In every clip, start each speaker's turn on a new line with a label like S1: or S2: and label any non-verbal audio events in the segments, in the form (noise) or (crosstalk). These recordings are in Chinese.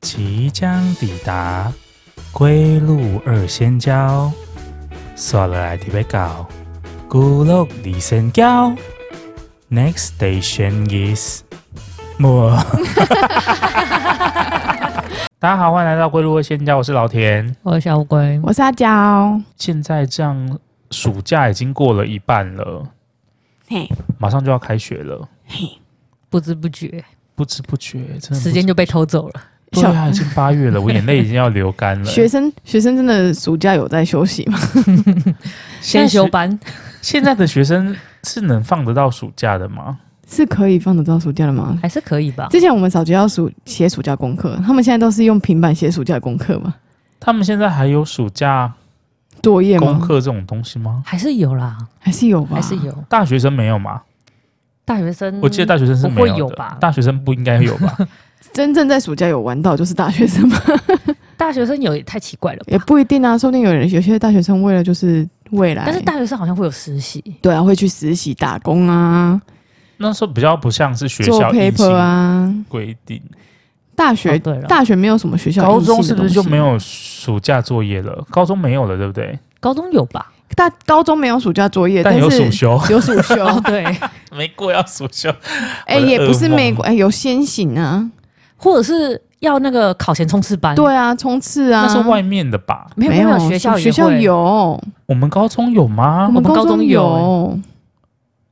S1: 即将抵达归路二仙交，刷了来特别高，孤路二仙交。Next station is 莫。大家好，欢迎来到归路二仙交，我是老田。
S2: 我是小乌龟，
S3: 我是阿娇，
S1: 现在这样，暑假已经过了一半了，
S3: 嘿，
S1: 马上就要开学了，
S2: 不知不觉
S1: 不知不觉，真的不知
S2: 时间就被偷走了。
S1: 对啊，已经八月了，我眼泪已经要流干了。
S3: (laughs) 学生学生真的暑假有在休息吗？ (laughs)
S1: 现在
S2: 先休
S1: 学
S2: 班，
S1: 现在的学生是能放得到暑假的吗？
S3: 是可以放得到暑假的吗？
S2: 还是可以吧？
S3: 之前我们早就要暑写暑假功课，他们现在都是用平板写暑假功课吗？
S1: 他们现在还有暑假
S3: 作业
S1: 功
S3: 吗？
S1: 课这种东西吗？
S2: 还是有啦，
S3: 还是有吧？
S2: 还是有。
S1: 大学生没有吗？
S2: 大学
S3: 嗯
S2: 生，
S1: 我记得大学生是
S2: 不
S1: 没
S2: 会
S1: 有的，
S2: 有吧
S1: 大学生不应该有
S3: (laughs)
S1: 吧？
S3: 真正在暑假有玩到就是大学生吗？
S2: 大学生有也太奇怪了
S3: 也
S2: 吧？
S3: 不一定啊，说不定有人有些大学生为了就是未来，
S2: 但是大学生好像会有实习，
S3: 对啊会去实习打工啊，
S1: 那时候比较不像是学
S3: 做
S1: 校硬
S3: paper
S1: 性
S3: 啊，
S1: 规定，
S3: 大学、
S2: 哦对了
S3: 大学没有什么学校
S1: 高
S3: 硬性
S1: 中
S3: 的
S1: 是不是就
S3: 东西
S1: 没？有暑假作业了？高中没有了，对不对？
S2: 高中有吧？
S3: 大高中没有暑假作业，但
S1: 但有
S3: 是
S1: 暑修，
S3: 有
S1: (laughs)
S3: 暑休，
S2: 哦，对，
S1: 没过要暑修，
S3: 哎、
S1: 我的
S3: 也
S1: 噩
S3: 不是
S1: 梦
S3: 美国，哎、有先行啊，
S2: 或者是要那个考前冲刺班。，
S3: 对啊，冲刺啊，
S1: 那是外面的吧？
S2: 没有
S3: 没
S2: 没有，学校也
S3: 学校
S2: 会啊
S3: 有，，
S1: 我们高中有吗？
S2: 们高中
S3: 中
S2: 有欸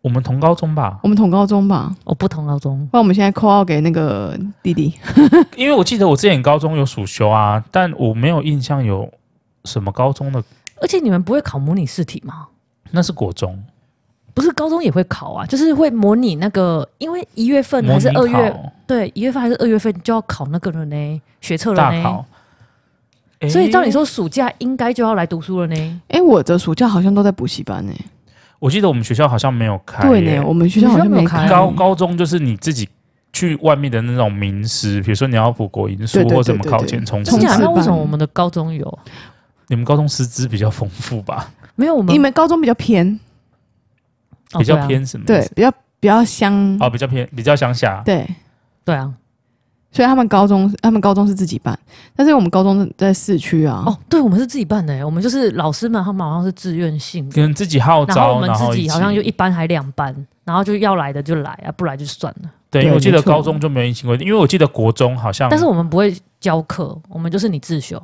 S1: 我们同高中
S3: (laughs)
S1: 吧？
S3: 我们同高中吧，
S2: 我哦不同高中，
S3: 不然我们现在扣号给那个弟弟，
S1: 因为我记得我之前高中有暑修啊，但我没有印象有什么高中的，
S2: 而且你们不会考模拟试题吗？
S1: 那是国中
S2: 不是高中也会考啊，就是会模拟那个，因为一月份
S1: 模
S2: 还
S1: 拟
S2: 是二月，
S1: 考
S2: 对，一月份还是二月份就要考那个了呢，学测了
S1: 大
S2: 呢。
S1: 考。诶
S2: 所以照你，说，暑假应该就要来读书了呢。
S3: 哎、我的暑假好像都在补习班呢、欸
S1: 我记得我们学校好像没有开耶、
S3: 对呢，我们学校好像没开，欸
S1: 高高中就是你自己去外面的那种名师，比如说你要补国英
S3: 对
S1: 数
S3: 对对
S1: 或什么
S3: 对对
S1: 考前冲
S3: 冲
S1: 刺
S2: 真
S3: 刺
S2: 假？
S1: 班，
S2: 那为什么
S3: 班
S2: 我们的高中有？
S1: 你们高中师资比较丰富吧？
S2: 没有我们
S3: 你们高中比较偏，
S2: 哦
S1: 比较
S2: 对啊
S1: 偏什么意
S3: 对
S1: 思？，
S3: 比较比较乡，
S1: 嗯哦，比较偏，比较乡下。
S3: 对，
S2: 对啊。
S3: 所以他们高中他们高中是自己办，但是我们高中在市区啊，
S2: 哦，对，我们是自己办的，我们就是老师们他们好像是自愿性的
S1: 可，能自己号
S2: 然后
S1: 召，
S2: 我们
S1: 然后
S2: 自己
S1: 一
S2: 好像
S1: 起
S2: 就一班还两班，然后就要来的就来啊，不来就算了。
S1: 对，因为
S3: 对
S1: 我记得
S3: 没错
S1: 高中就没有疫情规定，因为我记得国中好像，
S2: 但是我们不会教课，我们就是你自修，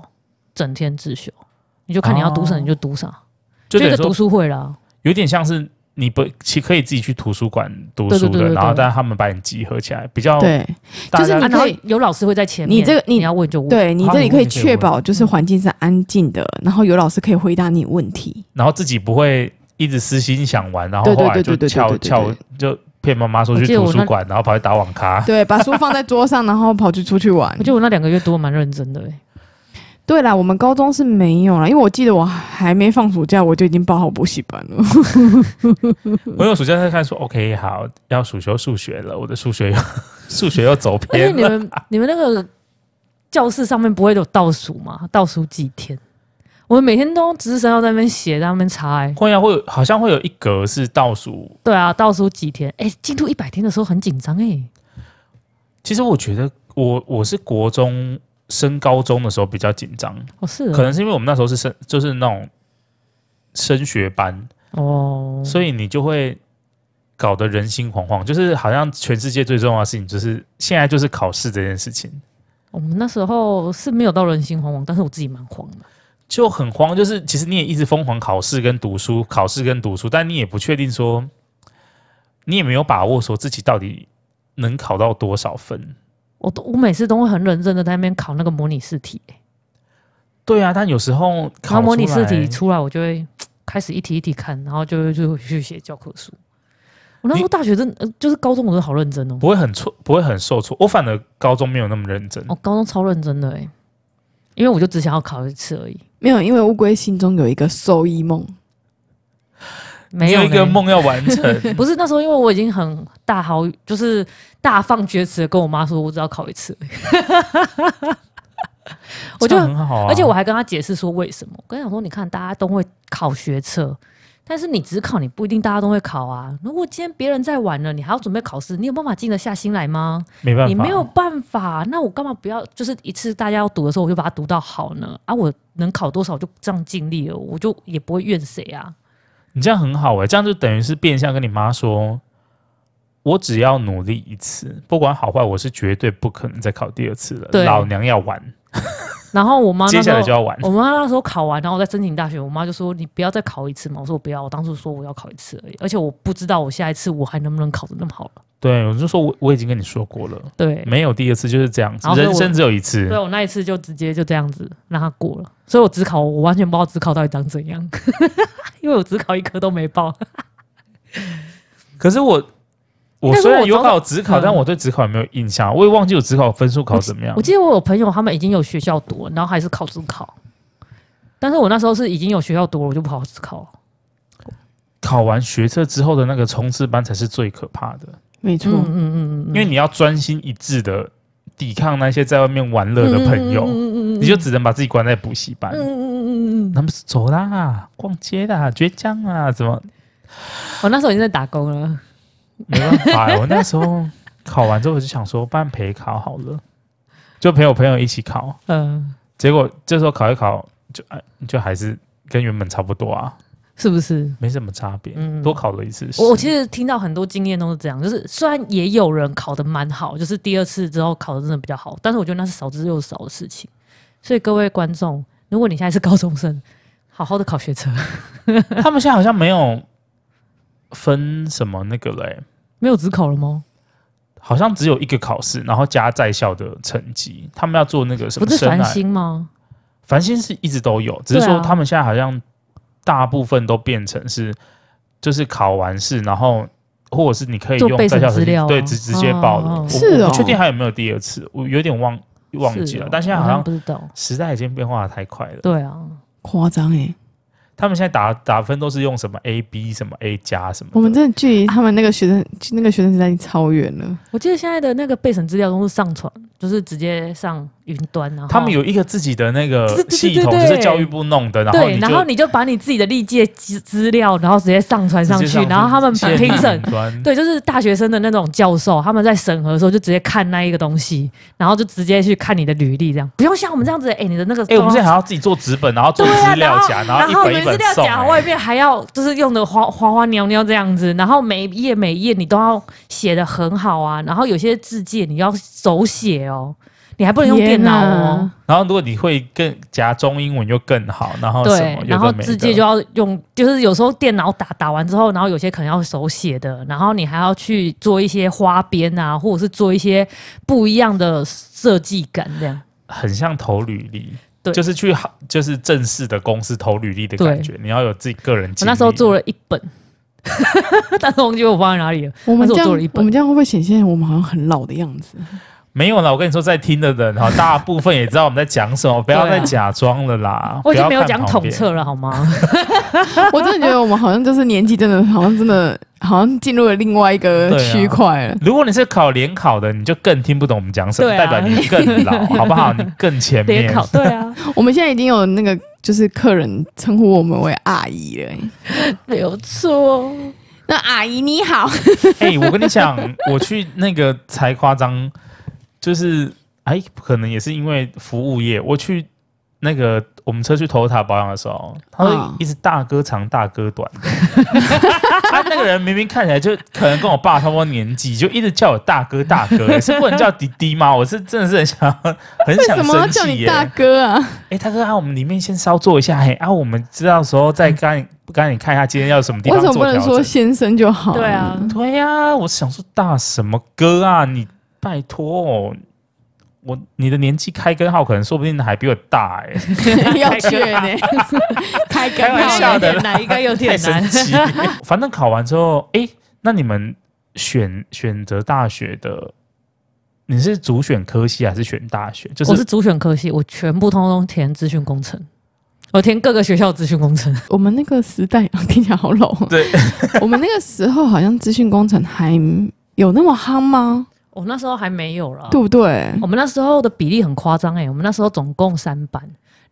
S2: 整天自修，你就看你要读什么
S1: 哦
S2: 你就读啥，
S1: 就
S2: 一
S1: 等于
S2: 个
S1: 说
S2: 读书会啦。
S1: 有点像是你不其可以自己去图书馆读书的，
S2: 对对对对
S1: 然后
S2: 对
S1: 但他们把你集合起来，比较
S3: 对
S1: 大
S3: 就是
S1: 家
S2: 啊，
S3: 你
S2: 然后
S3: 可以
S2: 有老师会在前面，
S3: 你这个你
S2: 你要问就问。，
S3: 对你
S1: 好
S3: 这里
S1: 我
S3: 可以
S1: 们可以
S3: 确
S1: 问
S3: 保就是环境是安静的，然后有老师可以回答你问题。
S1: 然后自己不会一直私心想玩，然后
S3: 对对
S1: 后来就
S3: 对对对
S1: 翘
S3: 对对
S1: 翘
S3: 对
S1: 就骗妈妈说
S2: 我
S1: 去
S2: 记得
S1: 图
S2: 我
S1: 书
S2: 那
S1: 馆，然后跑去打网咖。
S3: (laughs) 对，把书放在桌上，然后跑去出去玩
S2: 我。觉得我那两个月读得蛮认真的欸，
S3: 对啦，我们高中是没有啦，因为我记得我还没放暑假，我就已经报好补习班了。
S1: 我有暑假在看说，OK，好，要暑修数学了，我的数学又 (laughs) 数学又走
S2: 而且
S1: 偏
S2: 你
S1: 了。
S2: 们你们那个教室上面不会有倒数吗？倒数几天？我们每天都值日生要在那边写，在那边查、欸。
S1: 会啊，会有好像会有一格是倒数。
S2: 对啊，倒数几天？哎、进度一百天的时候很紧张哎。
S1: 其实我觉得我我是国中升高中的时候比较紧张，
S2: 哦，是哦
S1: 可能是因为我们那时候是升就是那种升学班，
S2: 哦，
S1: 所以你就会搞得人心惶惶，就是好像全世界最重要的事情就是现在就是考试这件事情，
S2: 我们那时候是没有到人心惶惶，但是我自己蛮慌的。
S1: 就很慌。就是其实你也一直疯狂考试跟读书，考试跟读书，但你也不确定说，你也没有把握说自己到底能考到多少分。
S2: 我都我每次都会很认真的在那边考那个模拟试题、欸，
S1: 对啊，但有时候
S2: 然后
S1: 考
S2: 模拟
S1: 出来
S2: 试题出来，我就会开始一题一题看，然后就会就会去写教科书。我那时候大学真呃就是高中，我都好认真哦。
S1: 不会很错，不会很受挫。我反而高中没有那么认真。
S2: 我、哦高中超认真的哎、因为我就只想要考一次而已，
S3: (laughs) 没有，因为乌龟心中有一个兽医梦，
S2: 没
S1: 有
S2: 有
S1: 一个
S2: 呢。
S1: 梦要完
S2: (laughs)
S1: 成，
S2: 不是那时候，因为我已经很大豪，就是大放厥词的跟我妈说，我只要考一次而已。我
S1: 这
S2: 就
S1: 样很好啊。啊
S2: 而且我还跟她解释说为什么。我跟她讲说，你看大家都会考学测，但是你只考，你不一定大家都会考啊。如果今天别人在玩了，你还要准备考试，你有办法静得下心来吗？
S1: 没办法，
S2: 你没有办法，那我干嘛不要？就是一次大家要读的时候，我就把它读到好呢？啊，我能考多少我就这样尽力了，我就也不会怨谁啊。
S1: 你这样很好哎、这样就等于是变相跟你妈说，我只要努力一次，不管好坏，我是绝对不可能再考第二次了。
S2: 对
S1: 老娘要玩，
S2: 然后我妈那
S1: 接
S2: 时
S1: 下来就
S2: 候，哦
S1: 要玩。
S2: 我妈那时候考完，然后我在申请大学，我妈就说：“你不要再考一次嘛。”我说：“我不要，我当初说我要考一次而已，而且我不知道我下一次我还能不能考得那么好了。
S1: 对，我就说我我已经跟你说过了，”
S2: 对，
S1: 没有第二次就是这样子
S2: 然，后所以
S1: 人
S2: 我
S1: 生只有一次
S2: 所以。我那一次就直接就这样子让他过了，所以我只考我完全不知道只考到底长怎样， (laughs) 因为我只考一科都没报。
S1: 嗯可是我。我
S2: 但是
S1: 虽然
S2: 我
S1: 有
S2: 早早
S1: 考职考，
S2: 嗯
S1: 但我对职考也没有印象，我也忘记我职考分数考怎么样
S2: 我。记得我有朋友他们已经有学校读了，然后还是考自考，但是我那时候是已经有学校读了，我就不好自考。
S1: 考完学测之后的那个冲刺班才是最可怕的，
S3: 没错，
S2: 嗯嗯嗯嗯，
S1: 因为你要专心一致的抵抗那些在外面玩乐的朋友，
S2: 嗯
S1: 你就只能把自己关在补习班。
S2: 嗯嗯嗯嗯嗯，
S1: 他们是走啦，逛街啦，倔强啦，怎么
S2: 我那时候已经在打工了，
S1: 没办法、我那时候考完之后，我就想说办陪考好了，就陪我朋友一起考。
S2: 嗯，
S1: 结果这时候考一考，就哎，就还是跟原本差不多啊，
S2: 是不是？
S1: 没什么差别。
S2: 嗯
S1: 多考了一次试。
S2: 我我其实听到很多经验都是这样，就是虽然也有人考得蛮好，就是第二次之后考得真的比较好，但是我觉得那是少之又少的事情。所以各位观众，如果你现在是高中生， (laughs) 好好的考学车，
S1: 他们现在好像没有分什么那个嘞、
S2: 没有只考了吗？
S1: 好像只有一个考试，然后加在校的成绩。他们要做那个什么
S2: 不是
S1: 生
S2: 繁
S1: 涯
S2: 星吗？
S1: 繁星是一直都有，只是
S2: 对
S1: 说
S2: 啊
S1: 他们现在好像大部分都变成是，就是考完试，然后或者是你可以
S2: 做
S1: 用
S2: 备
S1: 在
S2: 审
S1: 校成
S2: 资
S1: 绩
S2: 料啊
S1: 对直直接报了。
S2: 哦
S1: 我
S3: 是
S1: 我
S3: 哦
S1: 不确定还有没有第二次，我有点忘忘记
S2: 是
S1: 了
S2: 哦。
S1: 但现在
S2: 我
S1: 好
S2: 好像
S1: 像
S2: 不知道。
S1: 时代已经变化的太快了，
S2: 对啊，
S3: 夸张哎！
S1: 他们现在打打分都是用什么 A B 什么 A 加什么的。
S3: 我们真的距离他们那个学生那个学生时代已经超远了。
S2: 我记得现在的那个备审资料都是上传，就是直接上云端，然后
S1: 他们。有一个自己的那个
S2: 哦对对对
S1: 系统，
S2: 对
S1: 就
S2: 对
S1: 是教育部弄的，然后
S2: 对，
S1: 你
S2: 然后
S1: 就
S2: 你就把你自己的历届资资料，然后直接上传上
S1: 直接
S2: 去，然后他们
S1: 线
S2: 评审
S1: 云端
S2: 对，就是大学生的那种教授，他们在审核的时候就直接看那一个东西，然后就直接去看你的履历，这样不用像我们这样子，哎、你的那个，
S1: 哎、我们现在还要自己做纸本，然后做
S2: 对啊，
S1: 资
S2: 然
S1: 料
S2: 后
S1: 夹，
S2: 然
S1: 一本
S2: 你
S1: 一
S2: 资
S1: 本
S2: 料
S1: 送、
S2: 夹
S1: 哎
S2: 外面还要就是用的花花花鸟鸟这样子，然后每一页每一页你都要写的很好啊，然后有些字界你要手写哦，你还不能用电脑哦，
S1: 然后如果你会更夹中英文就更好，然后什
S2: 对
S1: 么，
S2: 然后
S1: 直
S2: 字界
S1: 接
S2: 就要用，就是有时候电脑打打完之后，然后有些可能要手写的，然后你还要去做一些花边啊，或者是做一些不一样的设计感，这样
S1: 很像投履历，
S2: 对
S1: 就是去好就是正式的公司投履历的感觉，你要有自己个人
S2: 我
S1: 经历。
S2: 那时候做了一 (laughs) 本，但是我忘记我放在哪里了。
S3: 我们
S2: 但是
S3: 这
S2: 我
S3: 样
S2: 做了一，本
S3: 我们这样会不会显现我们好像很老的样子？ (laughs)
S1: 没有啦，我跟你说，在听的人哈，大部分也知道我们在讲什么，不要
S2: 对啊
S1: 再假装了
S2: (laughs)
S1: 啦。
S2: 啊我已经
S1: 不
S2: 没
S1: 要
S2: 有
S1: 看
S2: 讲
S1: 旁
S2: 统
S1: 边
S2: 测了，好吗？
S3: 我真的觉得我们好像就是年纪真的好像真的好像进入了另外一个
S1: 对啊
S3: 区块了。
S1: 如果你是考联考的，你就更听不懂我们讲什么，
S2: 对啊
S1: 代表你更老，好不好？你更前面。
S2: (laughs) 联考对啊，
S3: 我们现在已经有那个就是客人称呼我们为阿姨了、欸
S2: 没有错。
S3: 那阿姨你好，
S1: 哎、我跟你讲， (laughs) 我去那个才夸张，就是哎，可能也是因为服务业，我去那个我们车去头塔保养的时候，他会
S3: 嗯
S1: 一直大哥长大哥短。 (laughs) 他那个人明明看起来就可能跟我爸差不多年纪，就一直叫我大哥大哥、
S3: (laughs)
S1: 哎是不能叫弟弟吗？我是真的是很想要很
S3: 为
S1: 想
S3: 什么要
S1: 生
S3: 叫
S1: 气
S3: 你
S1: 耶、
S3: 大哥啊？
S1: 哎、大哥啊，我们里面先稍坐一下，嘿、啊，我们知道时候再跟你跟你看一下今天要什么地
S3: 为
S1: 方
S3: 什
S1: 做
S3: 么
S1: 调
S3: 不能
S1: 整。
S3: 说先生就好？
S2: 对啊，，
S1: 对呀、我想说大什么哥啊，你拜托、哦，我你的年纪开根号可能说不定还比我大
S2: (laughs)
S1: 哎、
S3: (laughs) 要去呢、 (laughs) 开
S1: 开
S3: 根
S1: 玩
S3: 号
S1: 笑
S3: 耶，
S1: 的啦
S2: 难，应该有
S1: 太
S2: 点
S1: 神
S2: 难。 (laughs)
S1: 奇。反正考完之后，哎、那你们选选择大学的，你是主选科系还是选大学？就
S2: 我
S1: 是
S2: 是主选科系，我全部通通填资讯工程，我填各个学校资讯工程。
S3: 我们那个时代 (laughs) 听起来好老哦。
S1: 对，
S3: 我们那个时候好像资讯工程还有那么夯吗？
S2: (laughs) 我那时候还没有了，
S3: 对不对？
S2: 我们那时候的比例很夸欸张哎，我们那时候总共三班，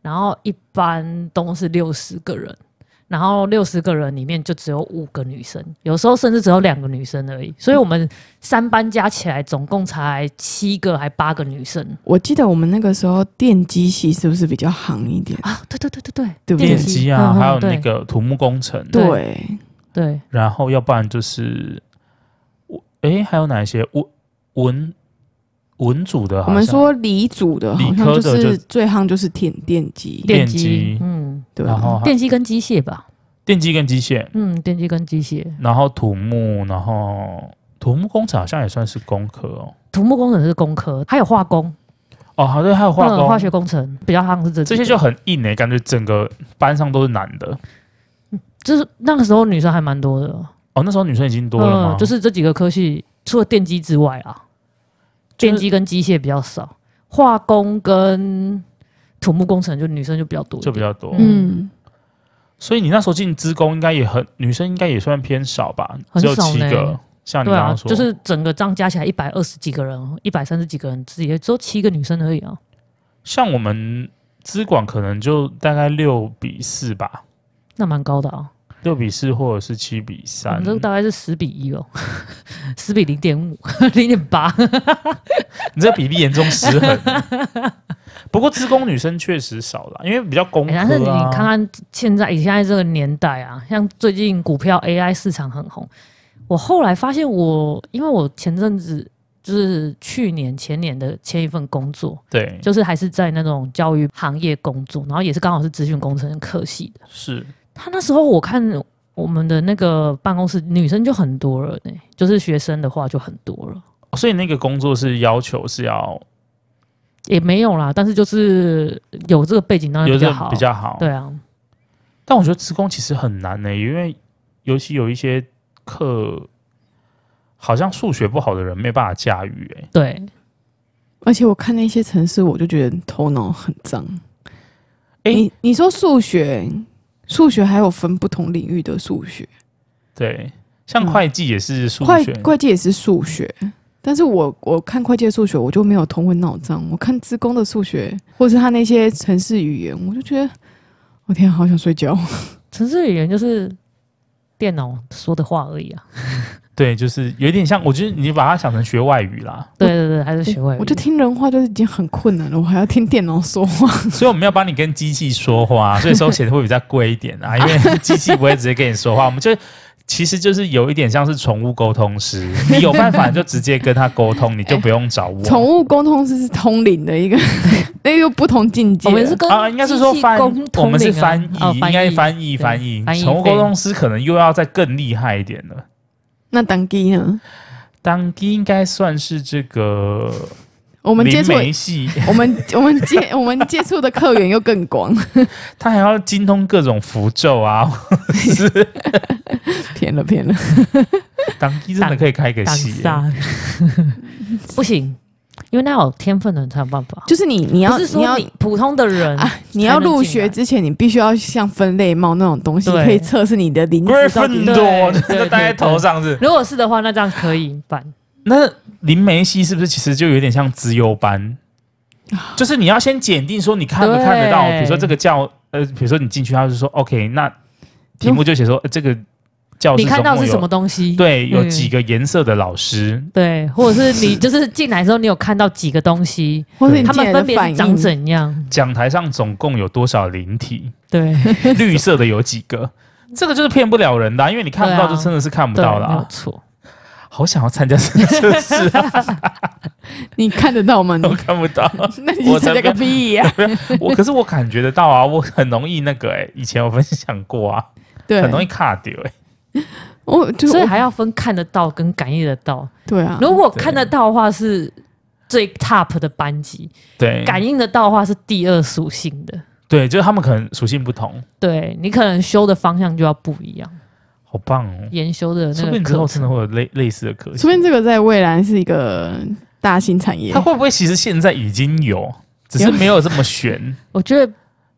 S2: 然后一班都是六十个人，然后六十个人里面就只有五个女生，有时候甚至只有两个女生而已，所以我们三班加起来总共才七个还八个女生
S3: 我记得我们那个时候电机系是不是比较行一点？
S2: 啊！对对对对对，
S3: 对不对
S1: 电机啊，
S2: 嗯哼
S1: 还有那
S2: 对
S1: 个土木工程，
S2: 对
S3: 对，
S2: 对
S1: 然后要不然就是我诶，还有哪一些文文文组的好
S3: 我
S1: 像？
S3: 们说理组的，好
S1: 理
S3: 像
S1: 科的
S3: 就是
S1: 就
S3: 最夯就是电电机，
S1: 电机
S2: 机，嗯，
S3: 对
S1: 然后
S3: 啊，
S1: 还
S2: 电机跟机械吧，
S1: 电机跟机械，
S2: 嗯，电机跟机械，
S1: 然后土木，然后土木工程好像也算是工科哦。
S2: 土木工程是工科，还有化工、
S1: 哦，好对，还有化
S2: 嗯
S1: 工、
S2: 化学工程比较像是这几
S1: 这
S2: 个
S1: 些就很硬诶、感觉整个班上都是男的。
S2: 就是那个时候女生还蛮多的，
S1: 哦，那时候女生已经多了吗？
S2: 嗯就是这几个科系除了电机之外啊，
S1: 就是
S2: 电机跟机械比较少，化工跟土木工程就女生就比较多一点，
S1: 就比较多，
S3: 嗯，
S1: 所以你那时候进职工应该也很女生应该也算偏少吧，
S2: 很
S1: 只有
S2: 少
S1: 七
S2: 呢
S1: 个。像你
S2: 对
S1: 刚
S2: 啊，
S1: 刚说，
S2: 就是整个账加起来一百二十几个人，一百三十几个人，自己也只有七个女生而已啊。
S1: 像我们资管可能就大概六比四吧，
S2: 那蛮高的啊，
S1: 六比四或者是七比
S2: 我
S1: 三
S2: 们这。个大概是十比一哦， (laughs) 十比零点五、零点八，
S1: 你这比例严重失衡。 (laughs) 不过职工女生确实少了，因为比较工科、啊
S2: 哎但是你看看现在以现在这个年代啊，像最近股票 AI 市场很红，我后来发现我，因为我前阵子就是去年前年的前一份工作，
S1: 对，
S2: 就是还是在那种教育行业工作，然后也是刚好是资讯工程科系的。
S1: 是
S2: 他那时候我看我们的那个办公室女生就很多了呢、就是学生的话就很多了。
S1: 所以那个工作是要求是要
S2: 也没有啦，但是就是有这个背景当然
S1: 有
S2: 嗯比较
S1: 的
S2: 好，
S1: 比较好，
S2: 对。啊，
S1: 但我觉得职工其实很难呢、因为尤其有一些课，好像数学不好的人没办法驾驭、欸。
S2: 对，
S3: 而且我看那些城市，我就觉得头脑很脏。
S1: 诶
S3: 你你说数学，数学还有分不同领域的数学，
S1: 对，像
S3: 嗯
S1: 会计也是数
S3: 会
S1: 学，
S3: 会计也是数学。但是我我看会计的数学，我就没有头昏脑胀。我看职工的数学，或是他那些城市语言，我就觉得，我天啊、好想睡觉。
S2: 城市语言就是电脑说的话而已啊。
S1: 对，就是有点像，我觉得你把它想成学外语啦， (laughs)
S2: 对对对，还是学会。
S1: 哎
S3: 我就听人话就已经很困难了，我还要听电脑说话。
S1: 所以我们要帮你跟机器说
S2: (laughs)
S1: 话，啊所以收钱会比较贵一点啊，因为机器不会直接跟你说话，我们就。其实就是有一点像是宠物沟通师，你有办法你就直接跟他沟通，你就
S2: (laughs) 哎
S1: 不用找我。
S3: 宠物沟通是是通灵的一个， (laughs) 那又不同境界。
S2: 我们是跟
S1: 啊，应该是说
S2: 机器
S1: 翻
S2: 沟通，
S1: 我们是
S2: 灵啊
S1: 翻译，
S2: 哦
S1: 应该
S2: 译
S1: 翻译
S2: 对
S1: 翻译
S2: 翻。译
S1: 宠物沟
S2: 费
S1: 通师可能又要再更厉害一点了。
S3: 那当机呢？
S1: 当机应该算是这个
S3: 我们接
S1: 灵
S3: 触，
S1: 媒系， (laughs)
S3: (laughs) 我们我们 (laughs) 接我们接触的客源又更广。 (laughs)
S1: 他还要精通各种符咒啊。 (laughs)
S3: 骗了骗了，
S1: 当机真的
S2: 当
S1: 可以开个
S2: 当
S1: 戏耶，
S2: 杀， (laughs) 不行，因为那有天分的人才有办法。
S3: 就是你你要
S2: 不是说
S3: 你要
S2: 你普通的人，
S3: 啊，你要入学之前，你必须要像分类猫那种东西，
S2: 对
S3: 可以测试你的灵智到底
S1: Gryffindor 多
S2: 对对
S1: 那戴在
S2: 对
S1: 头上是。
S2: 如果是的话，那这样可以办。
S1: 那灵媒系是不是其实就有点像资优
S3: (sighs)
S1: 班？就是你要先检定说你看不看得到，比如说这个教呃，比如说你进去，他就说 OK，那题目就写说、呃、这个教室
S2: 你看到
S1: 总共
S2: 是
S1: 有
S2: 什么东西？
S1: 对，有
S2: 嗯
S1: 几个颜色的老师，
S2: 对，或者是你 (laughs) 就是进来之后，你有看到几个东西，
S3: 或者你
S2: 他们
S3: 进来
S2: 分
S3: 的
S2: 别
S3: 反
S2: 是长
S3: 应。
S2: 怎样？
S1: 讲台上总共有多少灵
S2: (laughs)
S1: 体？
S2: 对，
S1: 绿色的有几个？这个就是骗不了人的啊、因为你看不到，
S2: 对啊
S1: 就真的是看不
S2: 对，
S1: 到了、
S2: 没有
S1: 啊。
S2: 错。
S1: 好想要参加这个测试啊，
S3: 你看得到
S1: (laughs)
S3: 吗？你
S1: 我看不
S2: (laughs)
S1: 到。
S3: 那你去参加个屁
S1: (laughs)
S3: 呀！
S1: 我可是我感觉得到啊，我很容易那个哎、以前我分享过啊，
S3: 对，
S1: 很容易卡掉哎、
S3: 我就是
S2: 所以
S3: 我
S2: 还要分看得到跟感应得到。
S3: 对啊，
S2: 如果看得到的话是最 top 的班级，
S1: 对，
S2: 感应得到的话是第二属性的。
S1: 对，就是他们可能属性不同，
S2: 对你可能修的方向就要不一样，
S1: 好棒哦。
S2: 研修的
S1: 说
S2: 那
S1: 不
S2: 个
S1: 定之后
S2: 课
S1: 真的
S2: 程
S1: 会有类类似的科
S3: 说不
S1: 系
S3: 定，这个在未来是一个大型产业 (laughs)
S1: 它。会不会其实现在已经有，只是没有这么
S2: (laughs)
S1: 悬？
S2: 我觉得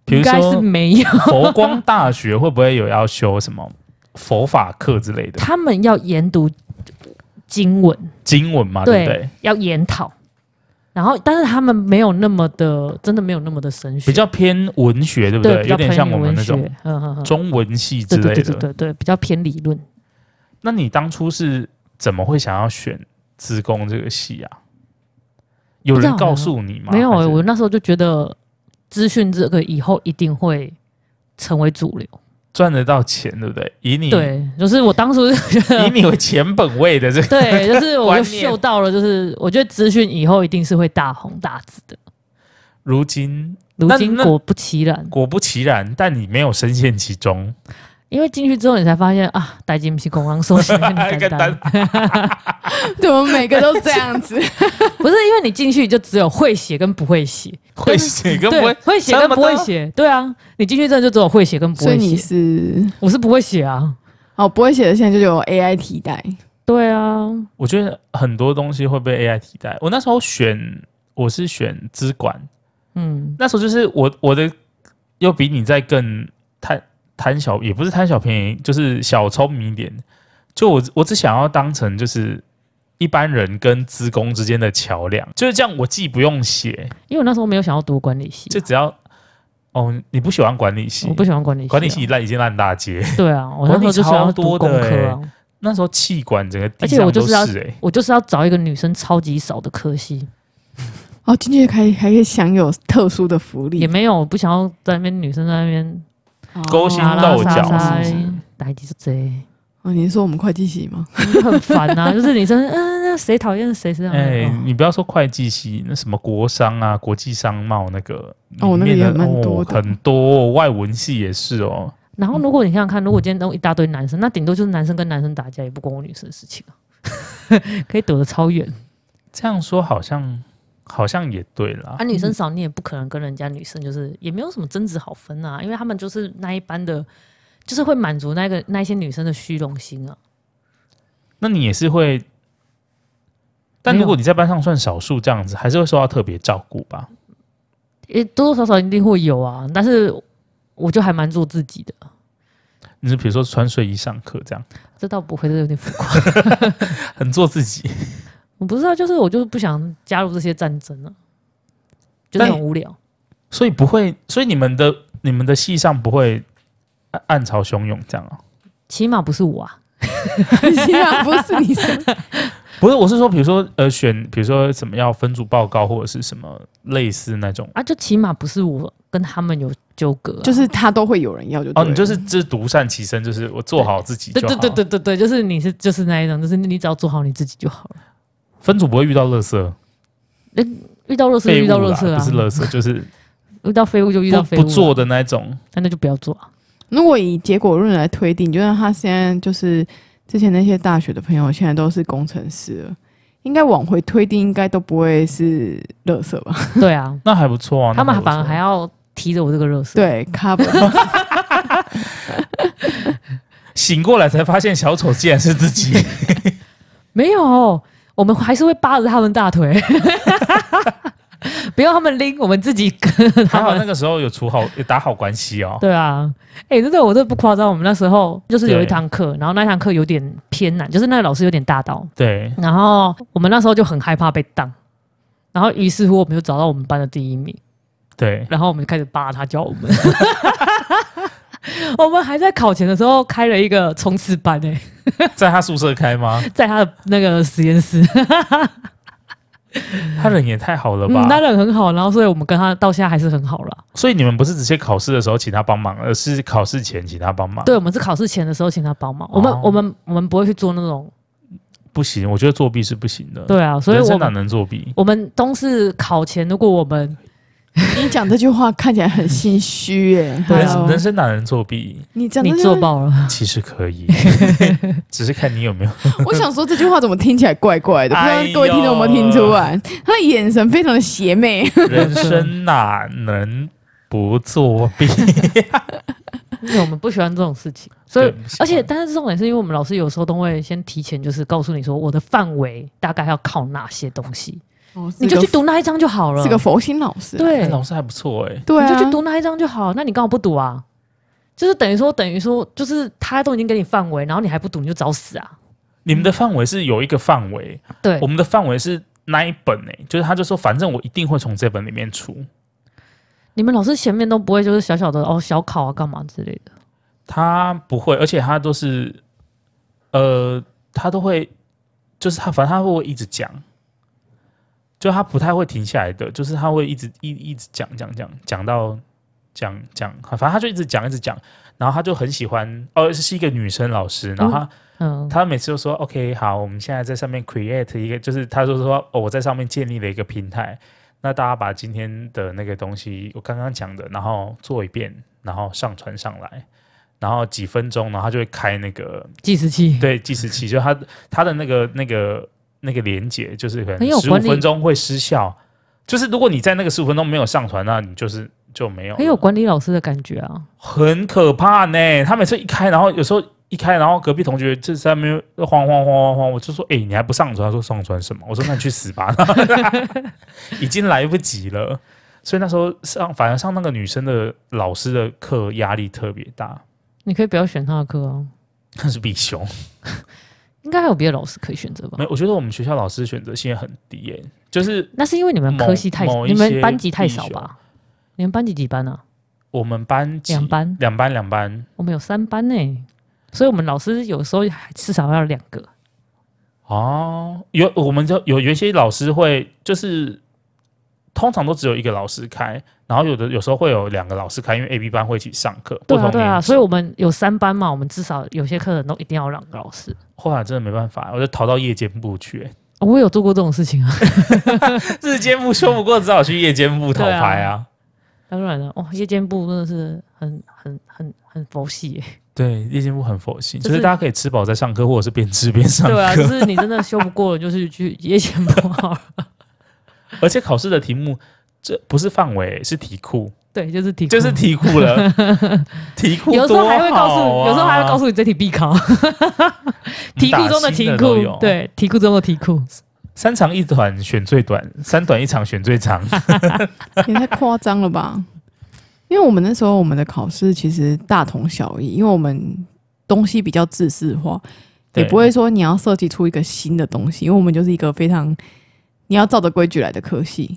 S1: 比
S2: 应
S1: 如
S2: 该是
S1: 说
S2: 没有，
S1: 佛光大学会不会有要修什么佛法课之类的
S2: 他们要研读经文，
S1: 啊经文嘛？对
S2: 对
S1: 不对？
S2: 要研讨，然后但是他们没有那么的，真的没有那么的神学，
S1: 比较偏文学，对不
S2: 对，比
S1: 有
S2: 较
S1: 点
S2: 偏
S1: 像我们
S2: 文
S1: 那
S2: 学
S1: 种，
S2: 嗯嗯嗯，
S1: 中文系之
S2: 对
S1: 类
S2: 对对对
S1: 的。
S2: 对对，比较偏理论。
S1: 那你当初是怎么会想要选职工这个系啊？有
S2: 不知
S1: 人
S2: 道
S1: 告
S2: 啊
S1: 诉你吗？
S2: 没有、
S1: 还是
S2: 我那时候就觉得资讯这个以后一定会成为主流。
S1: 赚得到钱，对不对？以你
S2: 对，就是我当初就觉
S1: (laughs)
S2: 得
S1: 以你为前本位的这个， (laughs)
S2: 对，就是我
S1: 观
S2: 就
S1: 念
S2: 嗅到了，就是我觉得资讯以后一定是会大红大紫的。
S1: 如今
S2: 如
S1: 那
S2: 今
S1: 那
S2: 果不其然，
S1: 果不其然，但你没有深陷其中。
S2: 因为进去之后你才发现啊，代金不是公刚收钱
S1: 跟 (laughs)
S2: 很简单
S1: 单，
S3: 怎么每个都这
S1: (laughs)
S3: 样子？
S2: 不是因为你进去就只有会写跟不会写，
S1: 会写跟不
S2: 对
S1: 会，
S2: 会写
S1: 这
S2: 跟
S1: 么
S2: 不会
S1: 多
S2: 写，对啊，你进去之后就只有会写跟不
S3: 所以
S2: 会写，
S3: 你是
S2: 我是不会写啊，
S3: 哦，不会写的现在就有 AI 替代，
S2: 对啊，
S1: 我觉得很多东西会被 AI 替代。我那时候选，我是选资管，
S2: 嗯，
S1: 那时候就是我我的又比你在更贪贪小，也不是贪小便宜，就是小聪明一点。就我我只想要当成就是一般人跟资工之间的桥梁，就是这样。我既不用
S2: (laughs)
S1: 写，
S2: 因为我那时候没有想要读管理系啊、
S1: 就只要哦，你不喜欢管理系，
S2: 我不喜欢管理系、啊
S1: 管理系，烂已经烂大
S2: (laughs)
S1: 街。
S2: 对啊，我那时
S1: 管理
S2: 候就是要
S1: 超
S2: 读
S1: 多的
S2: 工科
S1: 欸
S2: 啊，
S1: 那时候气管整个地
S2: 而且
S1: 上
S2: 我就
S1: 都
S2: 是要
S1: 是欸
S2: 我就是要找一个女生超级少的科系，
S3: 哦，进去还还可以享有特殊的福利
S2: 也，没有，我不想要在那边女生在那边
S3: 哦
S1: 勾心
S2: 拉拉
S1: 斗
S2: 撒
S1: 角
S2: 撒
S1: 是不是，
S2: 打击是贼，
S3: 哦，你是说我们会计系吗？ (laughs)
S2: 很烦啊！就是女生，嗯，那谁讨厌谁，谁讨
S1: 哎、
S2: 厌谁哦
S1: 你不要说会计系，那什么国商啊、国际商贸那个，
S3: 哦
S1: 里
S3: 那个
S1: 面
S3: 也
S1: 的
S3: 蛮多的
S1: 哦，很多哦外文系也是哦。
S2: 然后如果你想想看，如果今天都一大堆男生，那顶多就是男生跟男生打架，也不关我女生的事情啊， (laughs) 可以躲得超远。啊
S1: 这样说好像好像也对啦
S2: 啊，，女生少你也不可能跟人家女生就是也没有什么争执好分啊，因为他们就是那一班的，就是会满足那个那一些女生的虚荣心啊。
S1: 那你也是会。但
S2: 没有
S1: 如果你在班上算少数这样子，还是会受到特别照顾吧？
S2: 也多多少少一定会有啊，但是我就还蛮做自己的，
S1: 你是比如说穿睡衣上课这样，
S2: 这倒不会，这有点浮夸。
S1: 很做自己。
S2: 我不知道，就是我就是不想加入这些战争啊，就是
S1: 但
S2: 很无聊。
S1: 所以不会，所以你们的你们的系上不会暗暗潮汹涌这样啊？
S2: 起码不是我啊，
S3: 起码不是你说
S1: 不是，我是说，比如说呃，选比如说什么要分组报告或者是什么类似那种。
S2: 啊，就起码不是我跟他们有纠葛啊、
S3: 就是他都会有人要就对
S1: 哦，
S3: 了
S1: 你就是就是独善其身，就是我做好自己
S2: 对
S1: 就好。
S2: 对对对对对，就是你是就是那一种，就是你只要做好你自己就好了。
S1: 分组不会遇到垃圾，
S2: 遇到乐色就
S1: 废
S2: 遇
S1: 物
S2: 到
S1: 啦
S2: 乐，色
S1: 不是
S2: 啊，
S1: 垃圾，就是
S2: 遇到废物 (laughs) 就遇到
S1: 不
S2: 废物、啊
S1: 不做，的那种。
S2: 那那就不要做啊。
S3: 如果以结果论来推定，就像他现在就是之前那些大学的朋友，现在都是工程师了，应该往回推定，应该都不会是垃圾吧？ (laughs)
S2: 对啊，
S1: (laughs) 那还不错啊。
S2: 他们
S1: 那不错
S2: 反而还要提着我这个乐色。
S3: 对，cover
S1: 醒过来才发现小丑竟然是自己。
S2: 没有，我们还是会扒着他们大腿， (laughs) 不要他们拎，我们自己跟
S1: 还
S2: (laughs) 他
S1: 好那
S2: 们。
S1: 个时候有处好有打好关系哦。
S2: 对啊，哎、真的，我这不夸张。我们那时候就是有
S1: 对
S2: 一堂课，然后那堂课有点偏难，就是那个老师有点大刀，
S1: 对，
S2: 然后我们那时候就很害怕被当，然后于是乎我们就找到我们班的第一名，
S1: 对，
S2: 然后我们就开始扒他教我
S1: (laughs)
S2: 们。我们还在考前的时候开了一个冲刺班诶、
S1: (laughs) 在他宿舍开
S2: (laughs)
S1: 吗？
S2: 在他的那个实验室，
S1: 他人也太好了吧
S2: 嗯，？他人很好，然后所以我们跟他到现在还是很好啦。
S1: 所以你们不是直接考试的时候请他帮忙，而是考试前请他帮忙。
S2: 对，我们是考试前的时候请他帮忙，我们、
S1: 哦
S2: 我们我们不会去做那种，
S1: 不行，我觉得作弊是不行的。，
S2: 对啊，所以
S1: 人
S2: 我
S1: 生哪
S2: 们
S1: 能作弊？
S2: 我们都是考前，如果我们
S3: 你讲这句话看起来很心虚耶、
S2: 对啊
S1: 人生
S3: Hello
S1: 人生哪能作弊？
S3: 你讲
S2: 你
S3: 这句
S2: 做爆了，
S1: 其实可以，只是看你有没有。
S3: 我想说这句话怎么听起来怪怪的，不知
S1: 哎呦
S3: 道各位听众有没有听出来？他的眼神非常的邪魅，
S2: (laughs)
S1: 人生哪能不作弊？
S2: (laughs) 因为我们不喜欢这种事 (laughs) 情，所以
S1: 对不喜欢
S2: 而且但是重点是因为我们老师有时候都会先提前就是告诉你说我的范围大概要考哪些东西，你就去读那一章就好了。
S3: 是个哦佛心老师，
S1: 哎
S3: 啊
S2: 对，
S1: 老师还不错哎、
S3: 对、啊，
S2: 你就去读那一章就好。那你干嘛不读啊？就是等于说，等于说，就是他都已经给你范围，然后你还不读，你就找死啊！
S1: 你们的范围是有一个范围，
S2: 对
S1: 我，们的范围是那一本呢、就是他就说反正我一定会从这本里面出。
S2: 你们老师前面都不会就是小小的哦小考啊干嘛之类的，
S1: 他不会，而且他都是，呃，他都会，就是他反正他会一直讲，就他不太会停下来的，就是他会一直一一直讲讲讲讲到讲讲，反正他就一直讲一直讲，然后他就很喜欢，哦，是一个女生老师，然后他、
S2: 嗯，
S1: 他每次都说 OK 好，我们现在在上面 create 一个，就是他就说哦，我在上面建立了一个平台，那大家把今天的那个东西我刚刚讲的，然后做一遍，然后上传上来，然后几分钟，然后他就会开那个
S2: 计时器，
S1: 对计时器，就他他的那个那个那个连接，就是可
S2: 很
S1: 能
S2: 有
S1: 十五
S2: 管理
S1: 分钟会失效，就是如果你在那个十五分钟没有上传，那你就是就没有了，
S2: 很有管理老师的感觉啊。
S1: 很可怕呢。他每次一开，然后有时候一开，然后隔壁同学就在那边晃晃晃晃晃，我就说：“哎、你还不上传？”他说：“上传什么？”我说：“那你去死吧！” (laughs) 已经来不及了。所以那时候上，反而上那个女生的老师的课压力特别大， (laughs)
S2: 你可以不要选他的课啊，
S1: 那是必修。
S2: 应该还有别的老师可以选择吧
S1: 没？有，我觉得我们学校老师选择性也很低耶、就是
S2: 那是因为你们
S1: 某
S2: 科系太，
S1: 某一
S2: 你
S1: 些啊
S2: 们班级太
S1: 必
S2: 少
S1: 修
S2: 吧？你们班级几班啊？
S1: 我们班级
S2: 两班，
S1: 两班两班
S2: 我们有三班呢、所以我们老师有时候还至少要两个。
S1: 哦，有我们就有有一些老师会，就是通常都只有一个老师开，然后有的有时候会有两个老师开，因为 A、B 班会一起上课，
S2: 对
S1: 不
S2: 啊，
S1: 同
S2: 对
S1: 年
S2: 啊，
S1: 级
S2: 所以我们有三班嘛，我们至少有些课程都一定要让老师。
S1: 后来真的没办法，我就逃到夜间部 (laughs) 去、欸
S2: 哦我有做过这种事情啊， (laughs)
S1: 日间部修不过，只好去夜间部讨牌啊。
S2: 当然啊了，哇，夜间部真的是很很很很佛系耶、
S1: 对，夜间部很佛系，
S2: 啊就是
S1: 就是大家可以吃饱再上课，或者是边吃边上课。
S2: 对啊，就是你真的修不过，就是去夜间部好了。
S1: (laughs)
S2: (laughs)
S1: 而且考试的题目这不是范围，是题库，
S2: 对，就是题库，
S1: 就是题库了。
S2: (laughs)
S1: 题库
S2: 有时候还会告诉，
S1: 多好啊
S2: 有时候还会告诉你这题必考，题库中
S1: 打新
S2: 题
S1: 的都有
S2: 库，对，题库中的题库。
S1: 三长一短选最短，三短一长选最长。
S3: (laughs) 也太夸张了吧？因为我们那时候我们的考试其实大同小异，因为我们东西比较自式化，也
S1: 对
S3: 不会说你要设计出一个新的东西，因为我们就是一个非常你要照着规矩来的科系。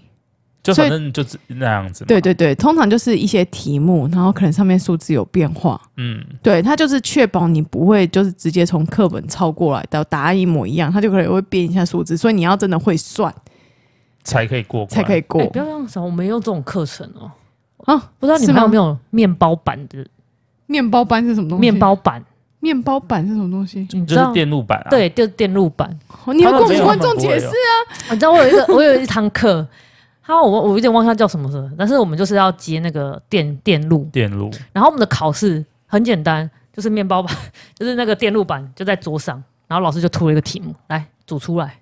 S1: 就
S3: 所以
S1: 反正就是那样子嘛。
S3: 对，对对，通常就是一些题目，然后可能上面数字有变化，
S1: 嗯，
S3: 对，它就是确保你不会就是直接从课本抄过来到答案一模一样，它就可能会变一下数字，所以你要真的会算
S1: 才可以过关，
S3: 才可以过
S2: 哎，。不要这样想，我没有这种课程哦。
S3: 啊，
S2: 不知道你们
S3: 是吗
S2: 还有没有面包板的
S3: 面包班是什么东西？
S2: 面包板？
S3: 面包板是什么东西？
S1: 就
S2: 你知道
S1: 是？电路板啊。，
S2: 对，就是电路板。
S3: 哦你要
S1: 他们
S3: 跟我
S1: 没
S3: 们
S1: 有
S3: 观
S1: 很
S3: 众
S1: 不
S3: 解
S1: 会
S3: 释
S1: 哦
S2: 你知道我有一 (laughs) 个，我有一堂课，他我我有点忘记他叫什么了，但是我们就是要接那个电电路，
S1: 电路
S2: 然后我们的考试很简单，就是面包板， (laughs) 就是那个电路板就在桌上，然后老师就出了一个题目来组出来，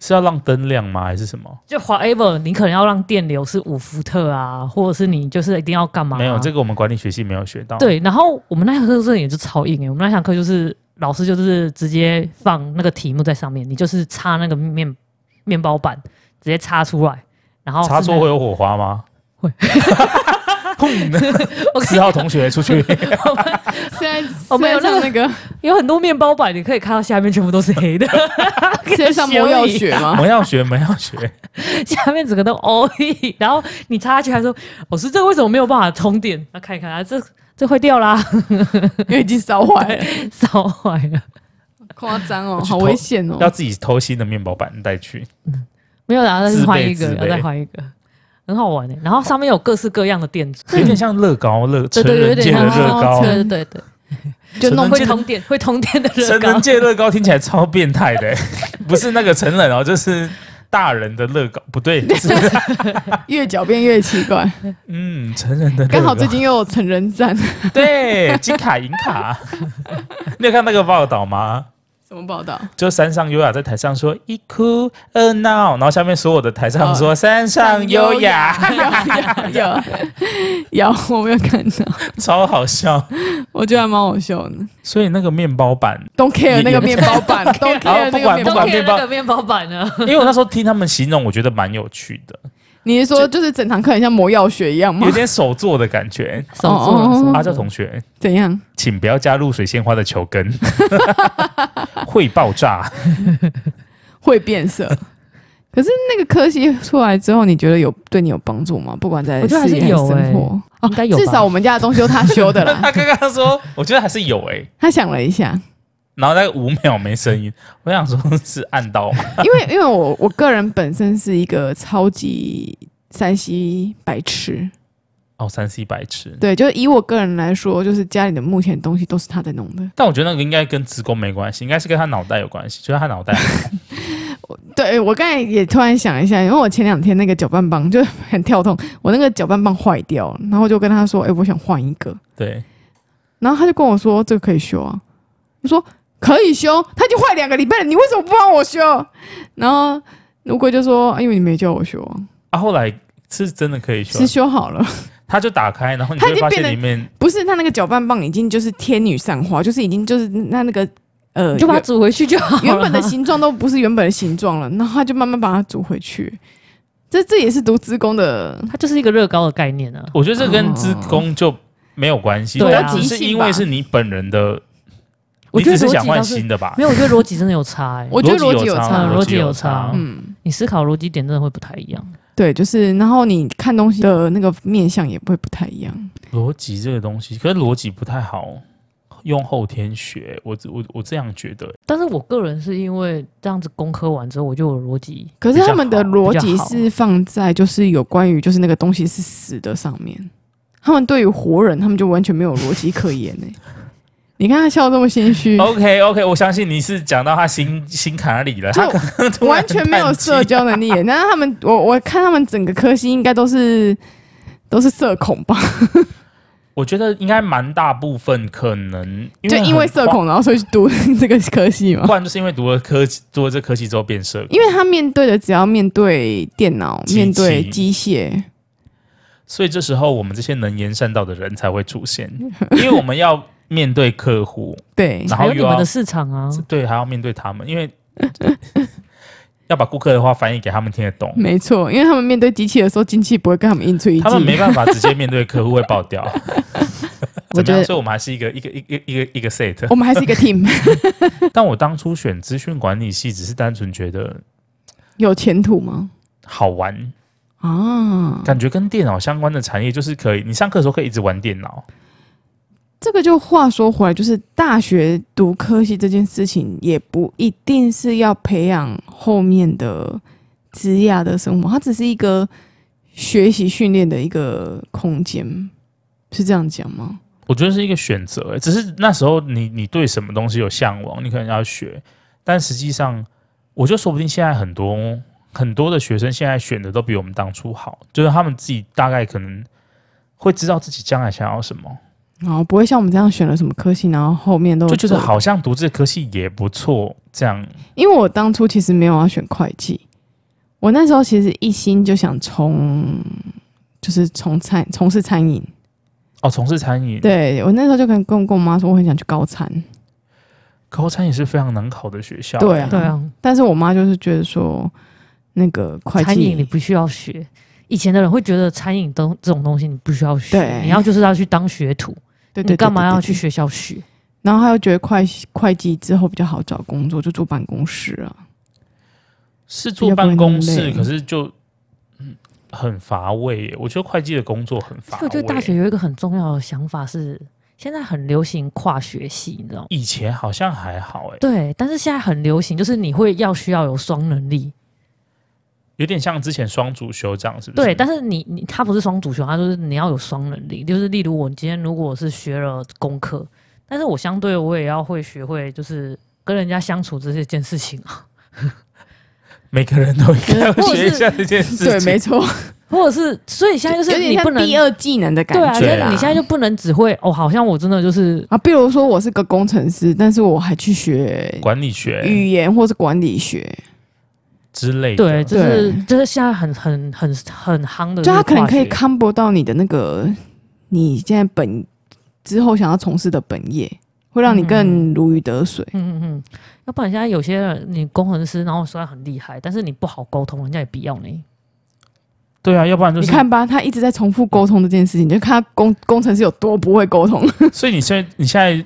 S1: 是要让灯亮吗？还是什么？
S2: 就 whatever，你可能要让电流是五伏特啊，或者是你就是一定要干嘛、
S1: 没有，这
S2: 个。
S1: 个我们管理学系没有学到。，
S2: 啊对，然后我们那堂课真的也是超硬诶、我们那堂课就是老师就是直接放那个题目在上面，你就是插那个面面包板，直接插出来，然后
S1: 插
S2: 是
S1: 座
S2: 那
S1: 会有火花吗？
S2: 哦会。
S1: (laughs) 砰！
S2: 我跟你
S1: 四号同学出去，
S3: 现在
S2: 哦没有
S3: 现在上那 (laughs) 个
S2: 有很多面包板，你可以看到下面全部都是黑的，
S3: 世界上没有学
S1: 我
S3: 吗？
S1: 们要学，我们要学。
S2: 下面整个都 O E。然后你插下去，还说：“老师，这为什么没有办法充电？”那看一看啊，这这坏掉啦，
S3: (laughs) 因为已经烧坏了，
S2: 烧坏了。
S3: 夸张哦，
S1: 去
S3: 好
S1: 偷
S3: 危险哦
S1: 要。自己偷新的面包板带去。
S2: 没有啦，然后再
S1: 自备
S2: 换一个
S1: 自，备
S2: 要再换一个，很好玩的、然后上面有各式各样的电阻，
S1: 有点像乐高，乐成
S2: 对对
S1: 人
S2: 有点
S1: 界的
S2: 像
S1: 乐高
S3: 哦，
S2: 对对对对，
S3: 就弄
S1: 成人
S2: 会
S1: 界
S2: 通电会通电的乐
S1: 成人
S2: 高。
S1: 界乐高听起来超变态的，欸不是那个成人哦，就是大人的乐高，不对，是
S3: 越狡辩越奇怪。
S1: 嗯，成人的乐高
S3: (laughs) 刚好最近又有成人战，
S1: 对，金卡银卡，你有看那个报道吗？
S3: 什么报道？
S1: 就山上优雅在台上说一哭二闹，然后下面所有的台上说、山上优雅，
S3: 有有有， (laughs) 有我没有看到，
S1: (laughs) 超好笑。
S3: 我觉得还蛮好笑的。
S1: 所以那个面包
S3: (laughs)
S1: 板，
S3: Don't care
S1: 也
S3: 那个面包板 (laughs) ，Don't
S1: 好
S3: care
S1: 不
S3: 那
S1: 管不
S3: 个
S1: 管
S3: 面
S2: 冬
S3: 包板。
S2: 天那个面包板呢？
S1: 因为我那时候听他们形容，我觉得蛮有趣的，
S3: 你是说就是整堂课很像魔药学一样吗
S1: 有？点手做的感觉。
S2: 手做了
S3: 哦
S2: 手做了
S1: 阿娇同学，
S3: 怎样？
S1: 请不要加入水仙花的球根，会爆炸。
S3: 会变色。可是那个科系出来之后，你觉得有对你有帮助吗？不管在
S2: 我觉得还
S3: 事
S2: 是
S3: 业
S2: 有
S3: 生
S2: 欸
S3: 活，
S2: 应该有吧。
S3: 哦至少我们家的东西都他修的啦。
S1: 他刚刚说，我觉得还是有诶、
S3: (laughs) 他想了一下，
S1: 然后那个五秒没声音，我想说是按到吗？
S3: 因为因为我我个人本身是一个超级山西白痴，
S1: 哦，三 C 白痴。
S3: 对，就是以我个人来说，就是家里的目前东西都是他在弄的。
S1: 但我觉得那个应该跟职工没关系，应该是跟他脑袋有关系，就是他脑袋
S3: 对我刚才也突然想一下，因为我前两天那个搅拌棒就很跳痛，我那个搅拌棒坏掉了，然后我就跟他说：“哎、我想换一个。
S1: 对。”
S3: 然后他就跟我说：“这个可以修啊。”我说：“可以修，它已经坏两个礼拜了，你为什么不帮我修？”然后乌龟就说：“因为你没叫我修啊，
S1: 啊，后来是真的可以修
S3: 是，修好了，
S1: 他就打开，然后你就
S3: 他已
S1: 会
S3: 经
S1: 发
S3: 变
S1: 现
S3: 得
S1: 里面
S3: 不是他那个搅拌棒已经就是天女散花，就是已经就是那那个呃
S2: 你就把它煮回去就好了。
S3: 原本的 (laughs) 形状都不是原本的形状了，然后他就慢慢把它煮回去。这这也是读职工的，
S2: 它就是一个乐高的概念啊。
S1: 我觉得这跟职工就没有关系，
S2: 对啊
S1: 但只是因为是你本人的，
S2: 我
S1: 你
S2: 觉得
S1: 只是想
S2: 逻辑
S1: 换
S2: 倒是
S1: 新的吧
S2: 没？有，我觉得逻辑真的有差哎、
S3: 我觉得逻辑
S1: 有
S3: 有差
S2: 嗯
S1: 逻
S2: 逻辑有差
S3: 嗯，
S2: 你思考逻辑点真的会不太一样。
S3: 对，就是然后你看东西的那个面相也不会不太一样。
S1: 逻辑这个东西，可是逻辑不太好用后天学，我我我这样觉得。
S2: 但是我个人是因为这样子工科完之后，我就有逻辑，
S3: 可是他们的
S1: 比
S3: 逻
S2: 比
S3: 辑
S2: 较好
S3: 是放在就是有关于就是那个东西是死的上面，他们对于活人他们就完全没有逻辑可言呢、你看他笑得这么心虚，
S1: OK OK，我相信你是讲到他心心坎里 (laughs) 了，他可
S3: 就
S1: 能突然
S3: 完全没有
S1: 叹气
S3: 社交能力耶。那他们我我看他们整个科系应该都是都是社恐吧。
S1: 我觉得应该蛮大部分可能
S3: (laughs) 就因为
S1: 很
S3: 社，恐，然后所以去读 (laughs) 这个科系嘛
S1: 不。然就是因为读了科读了这科系之后变社恐，
S3: 因为他面对的只要面对电脑、
S1: 机器
S3: 面对机械，
S1: 所以这时候我们这些能言善道的人才会出现，
S3: 嗯
S1: 因为我们要面对客户，
S3: 对
S1: 然
S2: 还
S1: 后
S2: 有
S1: 又
S2: 你们
S1: 要
S2: 的市场啊。
S3: 嗯
S1: 对，还要面对他们，
S3: (laughs)
S1: 因为要把顾客的话翻译给他们听得懂，
S3: 没错，因为他们面对机器的时候，机器不会跟他们硬吹一
S1: 他们没
S3: 击。
S1: 办法直接面对客户会爆掉。
S3: 我
S1: 怎么
S3: 觉
S1: 样？
S3: 得
S1: 所以我们还是一个一个一个一个一个 set。
S3: 我们还是一个 team， (laughs)
S1: 但我当初选资讯管理系，只是单纯觉得
S3: 有前途吗？
S1: 好玩，
S3: 嗯啊，
S1: 感觉跟电脑相关的产业就是可以，你上课的时候可以一直玩电脑。
S3: 这个就话说回来，就是大学读科系这件事情，也不一定是要培养后面的职涯的生活，它只是一个学习训练的一个空间，是这样讲吗？
S1: 我觉得是一个选择、欸，只是那时候你你对什么东西有向往，你可能要学，但实际上，我就说不定现在很多很多的学生现在选的都比我们当初好，就是他们自己大概可能会知道自己将来想要什么，
S3: 然后不会像我们这样选了什么科系，然后后面都
S1: 就觉得
S3: 做
S1: 好像读这科系也不错，这样
S3: 因为我当初其实没有要选会计，我那时候其实一心就想从，就是从餐从事餐饮。
S1: 哦，从事餐饮，
S3: 对我那时候就跟跟跟我妈说，我很想去高餐，
S1: 可餐饮是非常难考的学校、
S3: 对啊
S2: 对啊，
S3: 但是我妈就是觉得说，那个会
S2: 餐饮你
S3: 计，
S2: 不需要学。以前的人会觉得餐饮东这种东西你不需要学，
S3: 对
S2: 你要就是要去当学徒，
S3: 对对
S2: 你
S3: 对，
S2: 干嘛
S3: 对
S2: 要去？
S3: 对对
S2: 学校学？
S3: 然后她又觉得会会计之后比较好找工作，就坐办公室啊。
S1: 是坐办公室，可是就嗯很乏味耶。我觉得会计的工作很乏
S2: 所以
S1: 味。
S2: 我觉得大学有一个很重要的想法是，现在很流行跨学系，你知道吗？
S1: 以前好像还好，哎，
S2: 对，但是现在很流行，就是你会要需要有双能力，
S1: 有点像之前双主修这样，是不是？
S2: 对，但是你你他不是双主修，他就是你要有双能力，就是例如我今天如果我是学了功课，但是我相对我也要会学会就是跟人家相处这些件事情啊，
S1: 每个人都应该
S3: (laughs)
S1: 要学一下这件
S3: 对
S1: 事，
S3: 没
S1: 情。
S2: (laughs)
S3: 错，
S2: 或者是所以现在就是
S3: 有
S2: 你
S3: 点
S2: 不
S3: 像
S2: 能
S3: 第二技能的感
S2: 对啊，
S3: 觉
S2: 就
S1: 觉
S2: 是
S3: 啦。
S2: 你现在就不能只会哦，好像我真的就是
S3: 啊，比如说我是个工程师，但是我还去学
S1: 管理学
S3: 语言或是管理学，
S1: 之类的，
S2: 对，就是
S3: 对
S2: 就是现在很很很很夯的，
S3: 就他可能
S2: 跨
S3: 可以
S2: 嗯学
S3: combo 到你的那个你现在本之后想要从事的本业，会让你更如鱼得水。
S2: 嗯嗯嗯，要不然现在有些人你工程师，然后虽然很厉害，但是你不好沟通，人家也不要你。
S1: 对啊，要不然就
S3: 你
S1: 是，
S3: 看吧，他一直在重复沟通这件事情，你就看他工工程师有多不会沟通。
S1: 所以你现在你现在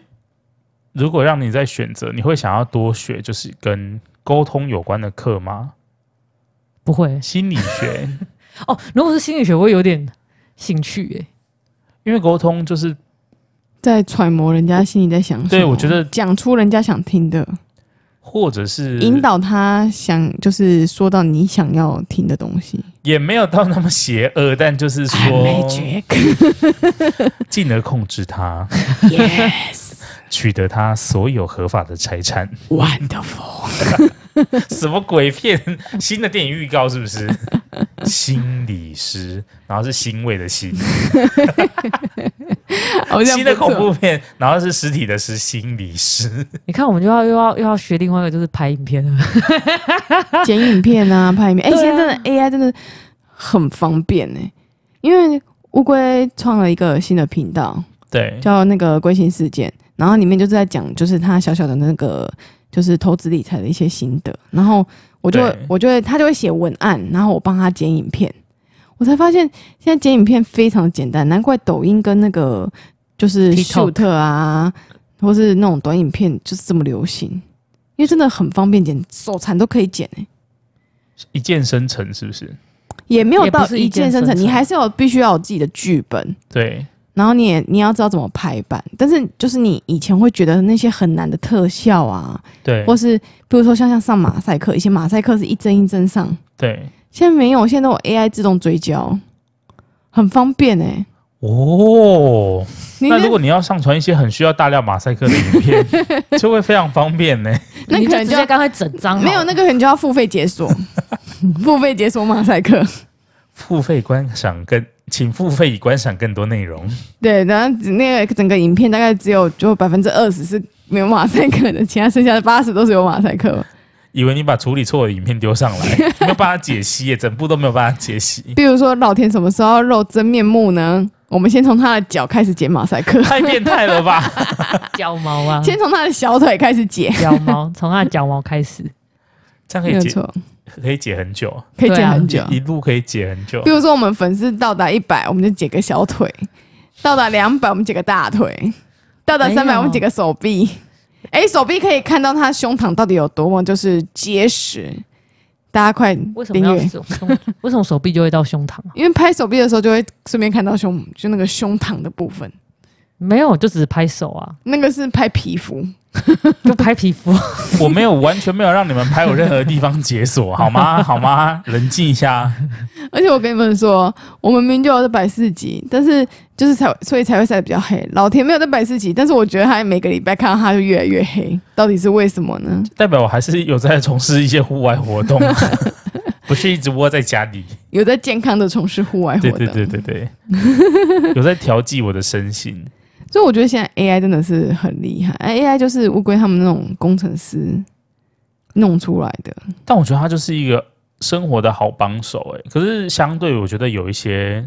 S1: 如果让你在选择，你会想要多学，就是跟沟通有关的课吗？
S2: 不会
S1: 心理学，
S2: 哦。如果是心理学，我会有点兴趣耶、
S1: 因为沟通就是
S3: 在揣摩人家心里在想什么。
S1: 对我觉得
S3: 讲出人家想听的，
S1: 或者是
S3: 引导他想，就是说到你想要听的东西。
S1: 也没有到那么邪恶，但就是说
S3: (laughs)
S1: 进而控制他，
S3: Yes,
S1: (laughs) 取得他所有合法的财产。 (laughs)
S3: wonderful。
S1: 什么鬼片？新的电影预告是不
S3: (laughs)
S1: 是？心理师，然后是欣慰的欣，
S3: 好像
S1: 新的
S3: 不错
S1: 恐怖片，然后是实体的是心理师。
S2: 你看，我们就要又要又要学另外一个，就是拍影片 (laughs) 了。
S3: 剪影片啊，拍影片。
S2: (laughs)
S3: 哎、
S2: 对啊
S3: 现在真的 AI 真的很方便呢、因为乌龟创了一个新的频道，
S1: 对，
S3: 叫那个“龟心事件”，然后里面就是在讲，就是他小小的那个就是投资理财的一些心得。然后我就
S1: 对
S3: 我就会他就会写文案，然后我帮他剪影片。我才发现现在剪影片非常简单，难怪抖音跟那个就是
S2: TikTok
S3: shoot 啊，或是那种短影片就是这么流行，因为真的很方便剪，手残都可以剪、欸
S1: 一键生成是不是？
S3: 也没有
S2: 也不
S3: 到
S2: 是
S3: 一
S2: 一
S3: 键
S2: 键
S3: 生
S2: 生
S3: 成，你
S2: 成
S3: 还是有必须要有自己的剧本，
S1: 对，
S3: 然后你也你要知道怎么排版。但是就是你以前会觉得那些很难的特效啊，
S1: 对，
S3: 或是比如说像像上马赛克，以前马赛克是一帧一帧上，
S1: 对，
S3: 现在没有，现在都有 AI 自动追焦，很方便哎、
S1: 哦。
S3: 你
S1: 那如果你要上传一些很需要大量马赛克的影
S3: (laughs)
S1: 片，就会非常方便呢。
S3: 那
S2: 你
S3: 可
S2: 就
S3: 能
S2: 直
S3: 就要
S2: 接刚才整张好了
S3: 没有那个人就要付费解
S1: (laughs)
S3: 锁，付费解锁马赛克。
S1: 付费观赏更，请付费以观赏更多内容。
S3: 对，然后只那个整个影片大概只有就百分之二十是没有马赛克的，其他剩下的八十都是有马赛克。
S1: 以为你把处理错的影片丢上
S3: (laughs)
S1: 来，没有办法解析耶，整部都没有办法解析，
S3: 比如说老田什么时候要露真面目呢？我们先从他的脚开始解马赛克，
S1: 太变态了
S3: (laughs)
S1: 吧？
S2: 脚毛啊，
S3: 先从他的小腿开始解，
S2: 脚毛，从他的脚毛开始。
S1: 这样
S3: 没
S1: 可
S3: 有
S1: 以解，
S3: 错，
S1: 可以解很久，
S3: 可以
S2: 对
S3: 解
S2: 啊
S3: 很久。
S1: 一路可以解很久
S3: 比。如说我们粉丝到达一百，我们就解个小腿；到达两百，我们解个大腿；到达
S2: 没有
S3: 三百，我们解个手臂。哎，手臂可以看到他胸膛到底有多么就是结实。大家快
S2: 为什么要
S3: 订阅，
S2: 手胸？为什么手臂就会到胸膛啊？
S3: 因为拍手臂的时候就会顺便看到胸，就那个胸膛的部分，
S2: 没有，就只是拍手啊， (laughs)
S3: 那个是拍皮肤。
S2: 就拍皮肤。
S1: 我没有完全没有让你们拍我任何地方解锁，好
S3: (laughs)
S1: 吗？好吗？冷静一下。
S3: 而且我跟你们说，我们明明就有在百四集，但是就是才所以才会晒得比较黑。老田没有在百四集，但是我觉得他每个礼拜看到他就越来越黑，到底是为什么呢？
S1: 代表我还是有在从事一些户外活
S3: (laughs)
S1: 动，不是一直窝在家里。
S3: 有在健康的从事户外活
S1: 对
S3: 动，
S1: 对对对对，有在调剂我的身心。
S3: 所以我觉得现在 AI 真的是很厉害
S1: 嗯
S3: 哎，AI 就是乌龟他们那种工程师弄出来的。
S1: 但我觉得他就是一个生活的好帮手、欸，可是相对我觉得有一些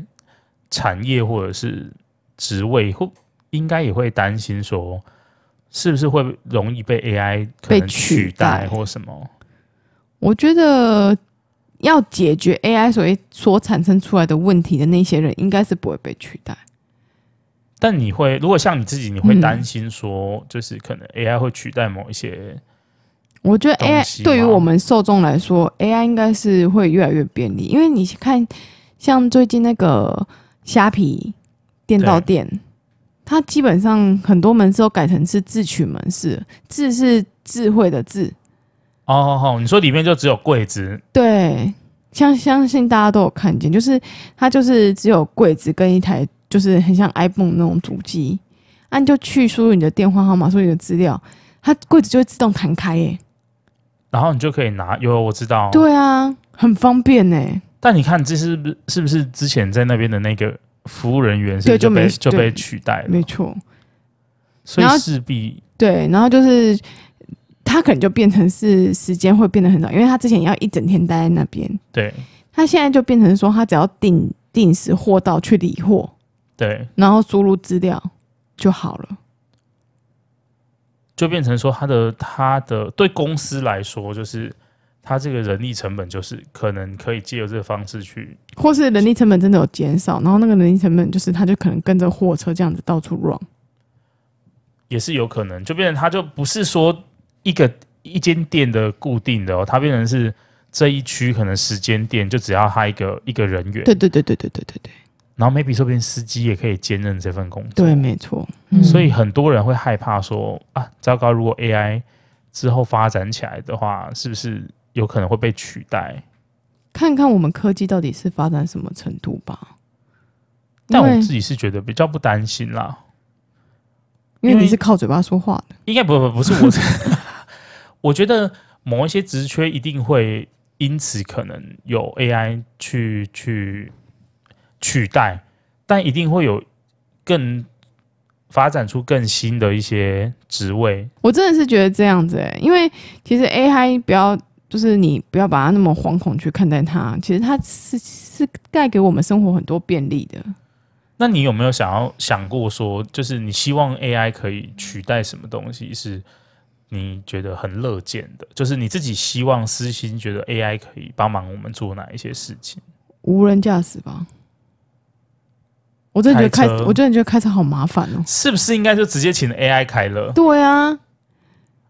S1: 产业或者是职位会应该也会担心说，是不是会容易被 AI 可能
S3: 被取
S1: 取代
S3: 代
S1: 或什么？
S3: 我觉得要解决 AI 所谓所产生出来的问题的那些人，应该是不会被取代。
S1: 但你会如果像你自己，你会
S3: 嗯
S1: 担心说，就是可能 AI 会取代某一些，
S3: 我觉得
S1: 东
S3: AI
S1: 西
S3: 对于
S1: 吗
S3: 我们受众来说，AI 应该是会越来越便利，因为你看，像最近那个虾皮店到店，它基本上很多门市都改成是自取门市，智是智慧的智，
S1: 哦哦哦，你说里面就只有柜子，
S3: 对，相相信大家都有看见，就是它就是只有柜子跟一台，就是很像 iPhone 那种主机，啊，你就去输入你的电话号码，输入你的资料，它柜子就会自动弹开耶、
S1: 然后你就可以拿。有我知道，
S3: 对啊，很方便呢、
S1: 但你看，这是不是是不是之前在那边的那个服务人员是不
S3: 对
S1: 是就
S3: 就没
S1: 被就
S3: 对
S1: 被取代了
S3: 没？错。
S1: 所以
S3: 然后
S1: 势必
S3: 对，然后就是他可能就变成是时间会变得很早，因为他之前要一整天待在那边，
S1: 对
S3: 他现在就变成说他只要定定时货到去理货，
S1: 对，
S3: 然后输入资料就好了。
S1: 就变成说他的他的对公司来说，就是他这个人力成本就是可能可以借由这个方式去，
S3: 或是人力成本真的有减少，然后那个人力成本就是他就可能跟着货车这样子到处 run，
S1: 也是有可能，就变成他就不是说一个一间店的固定的哦，它变成是这一区可能十间店就只要他一个一个人员，
S3: 对对对对对对对对
S1: 然后 maybe 说不定司机也可以兼任这份工作，
S3: 对，没错，
S2: 嗯
S1: 所以很多人会害怕说啊，糟糕，如果 AI 之后发展起来的话，是不是有可能会被取代？
S3: 看看我们科技到底是发展什么程度吧。
S1: 但
S3: 因
S1: 我
S3: 为
S1: 自己是觉得比较不担心啦，
S3: 因为你是靠嘴巴说话的，
S1: 应该不不不是我 (laughs) 是，我觉得某一些职缺一定会因此可能有 AI 去去取代，但一定会有更发展出更新的一些职位。
S3: 我真的是觉得这样子哎、因为其实 AI 不要就是你不要把它那么惶恐去看待它，其实它是是带给我们生活很多便利的。
S1: 那你有没有想要想过说，就是你希望 AI 可以取代什么东西是你觉得很乐见的？就是你自己希望私心觉得 AI 可以帮忙我们做哪一些事情？
S3: 无人驾驶吧。我真的觉得开，
S1: 开车
S3: 我真的觉得开车好麻烦哦。
S1: 是不是应该就直接请 AI 开了，
S3: 对啊，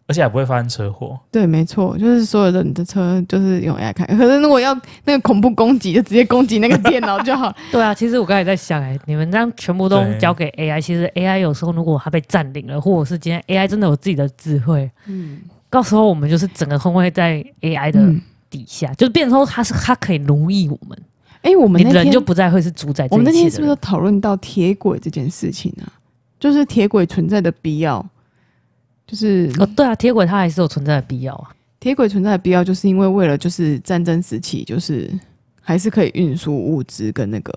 S1: 而且还不会发生车祸？
S3: 对，没错，就是所有的你的车就是用 AI 开。可是如果要那个恐怖攻击，就直接攻击那个电脑就好。
S2: 对啊，其实我刚才在想、哎，你们这样全部都
S1: 对
S2: 交给 AI，其实 AI 有时候如果它被占领了，或者是今天 AI 真的有自己的智慧，
S3: 嗯，
S2: 到时候我们就是整个会会在 AI 的
S3: 嗯，
S2: 底下，就是变成说它是它可以奴役我们，
S3: 哎、我们
S2: 你
S3: 那
S2: 人
S3: 天
S2: 就不再会是主宰这
S3: 我
S2: 一切
S3: 们
S2: 的
S3: 那
S2: 人。
S3: 天是不是有讨论到铁轨这件事情啊？就是铁轨存在的必要，就是
S2: 哦，对啊，铁轨它还是有存在的必要啊。
S3: 铁轨存在的必要，就是因为为了就是战争时期，就是还是可以运输物资跟那个，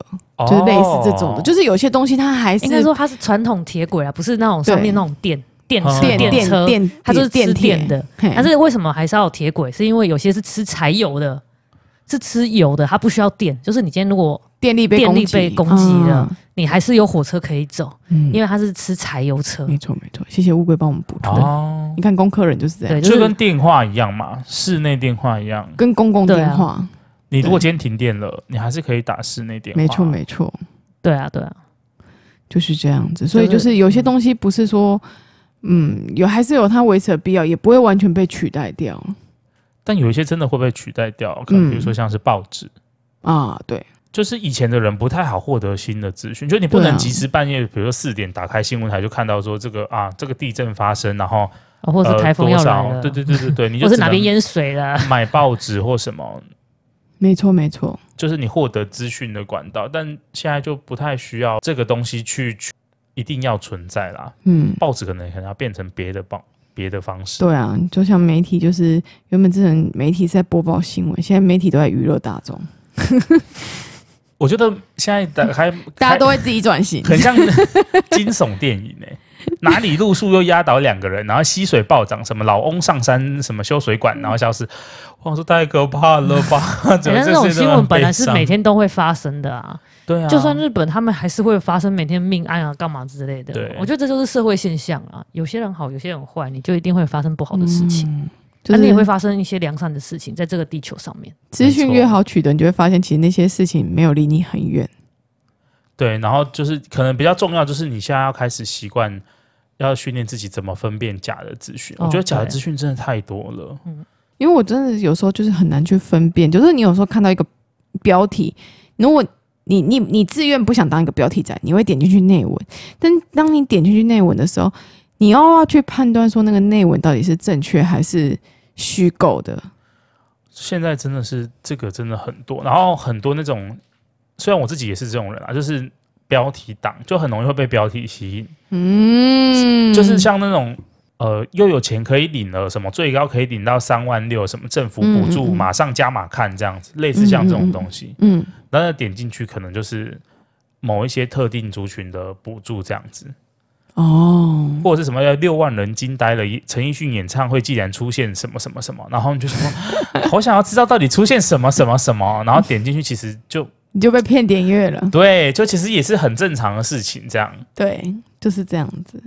S3: 就是类似这种的，
S1: 哦
S3: 就是有些东西它还是
S2: 应该说它是传统铁轨啊，不是那种上面那种电电车、
S1: 电
S2: 电车，
S3: 电，
S2: 它就是吃电
S3: 铁。
S2: 的。
S3: 嘿
S2: 但是为什么还是要有铁轨？是因为有些是吃柴油的，是吃油的，它不需要电。就是你今天如果
S3: 电力被
S2: 电力
S3: 攻击啊
S2: 被攻击了，你还是有火车可以走，
S3: 嗯
S2: 因为它是吃柴油车。
S3: 没错没错，谢谢乌龟帮我们补充。
S1: 哦，
S3: 你看工科人就是这样，
S2: 对，
S1: 就
S2: 就是
S1: 跟电话一样嘛，室内电话一样。
S3: 跟公共
S2: 对
S3: 电
S2: 啊
S3: 话，
S1: 你如果今天停电了，你还是可以打室内电话。
S3: 没错没错，
S2: 对啊，对啊，
S3: 就是这样子。所以就是有些东西不是说，嗯，有还是有它维持的必要，也不会完全被取代掉
S1: 但有一些真的会被取代掉，可
S3: 嗯
S1: 能比如说像是报纸，
S3: 啊。对，
S1: 就是以前的人不太好获得新的资讯，就你不
S3: 对
S1: 能
S3: 啊
S1: 及时半夜，比如说四点打开新闻台就看到说这个啊这个地震发生，然后
S2: 哦或者是
S1: 呃
S2: 台风
S1: 多
S2: 要来
S1: 少
S2: 了，
S1: 对对对对对，你
S3: (laughs)
S2: 或
S1: 就是只
S2: 哪
S1: (laughs)
S2: 边
S1: 能
S2: 淹水了，
S1: 买报纸或什么，
S3: 没错没错，
S1: 就是你获得资讯的管道，但现在就不太需要这个东西去去一定要存在啦。
S3: 嗯。
S1: 报纸可能可能要变成别的报别的方式。
S3: 对啊，就像媒体，就是原本之前媒体是在播报新闻，现在媒体都在娱乐大众，
S1: 我觉得现在打
S2: (laughs)
S1: 开
S3: 大家都会自己转型
S1: 开。很像惊悚电影哎、哪里路数又压倒两个人，然后溪水暴涨，什么老翁上山，什么修水管，然后消失。我想说太可怕了
S2: (laughs)
S1: 吧！怎么
S2: 但
S1: 这
S2: 那种
S1: 世界
S2: 新
S1: 都
S2: 闻
S1: 很
S2: 本来
S1: 悲
S2: 是
S1: 伤
S2: 每天都会发生的啊。
S1: 对啊，
S2: 就算日本，他们还是会发生每天命案啊、干嘛之类的
S1: 对。
S2: 我觉得这就是社会现象啊，有些人好，有些人坏，你就一定会发生不好的事情，
S3: 嗯，就
S2: 那、
S3: 是
S2: 你也会发生一些良善的事情在这个地球上面。
S3: 资讯
S1: 没错
S3: 越好取得，你就会发现其实那些事情没有离你很远。
S1: 对，然后就是可能比较重要，就是你现在要开始习惯，要训练自己怎么分辨假的资讯。
S2: 哦
S1: 我觉得假的
S2: 对
S1: 资讯真的太多了。
S3: 因为我真的有时候就是很难去分辨，就是你有时候看到一个标题，如果你你你自愿不想当一个标题仔，你会点进去内文，但当你点进去内文的时候，你又要去判断说那个内文到底是正确还是虚构的。
S1: 现在真的是这个真的很多，然后很多那种，虽然我自己也是这种人啊，就是标题党，就很容易会被标题吸引，
S3: 嗯，
S1: 就是像那种。呃，又有钱可以领了，什么最高可以领到三万六，什么政府补助，
S3: 嗯嗯嗯
S1: 马上加码看这样子，类似像这
S3: 嗯嗯
S1: 种
S3: 嗯
S1: 东西，
S3: 嗯，
S1: 然后点进去可能就是某一些特定族群的补助这样子，
S3: 哦，
S1: 或者是什么要六万人惊呆了，陈奕迅演唱会既然出现什么什么什么，然后你就说 (laughs) 好想要知道到底出现什么什么什么，然后点进去其实就
S3: 你就被骗点阅了。
S1: 对，就其实也是很正常的事情，这样
S3: 对，就是这样子。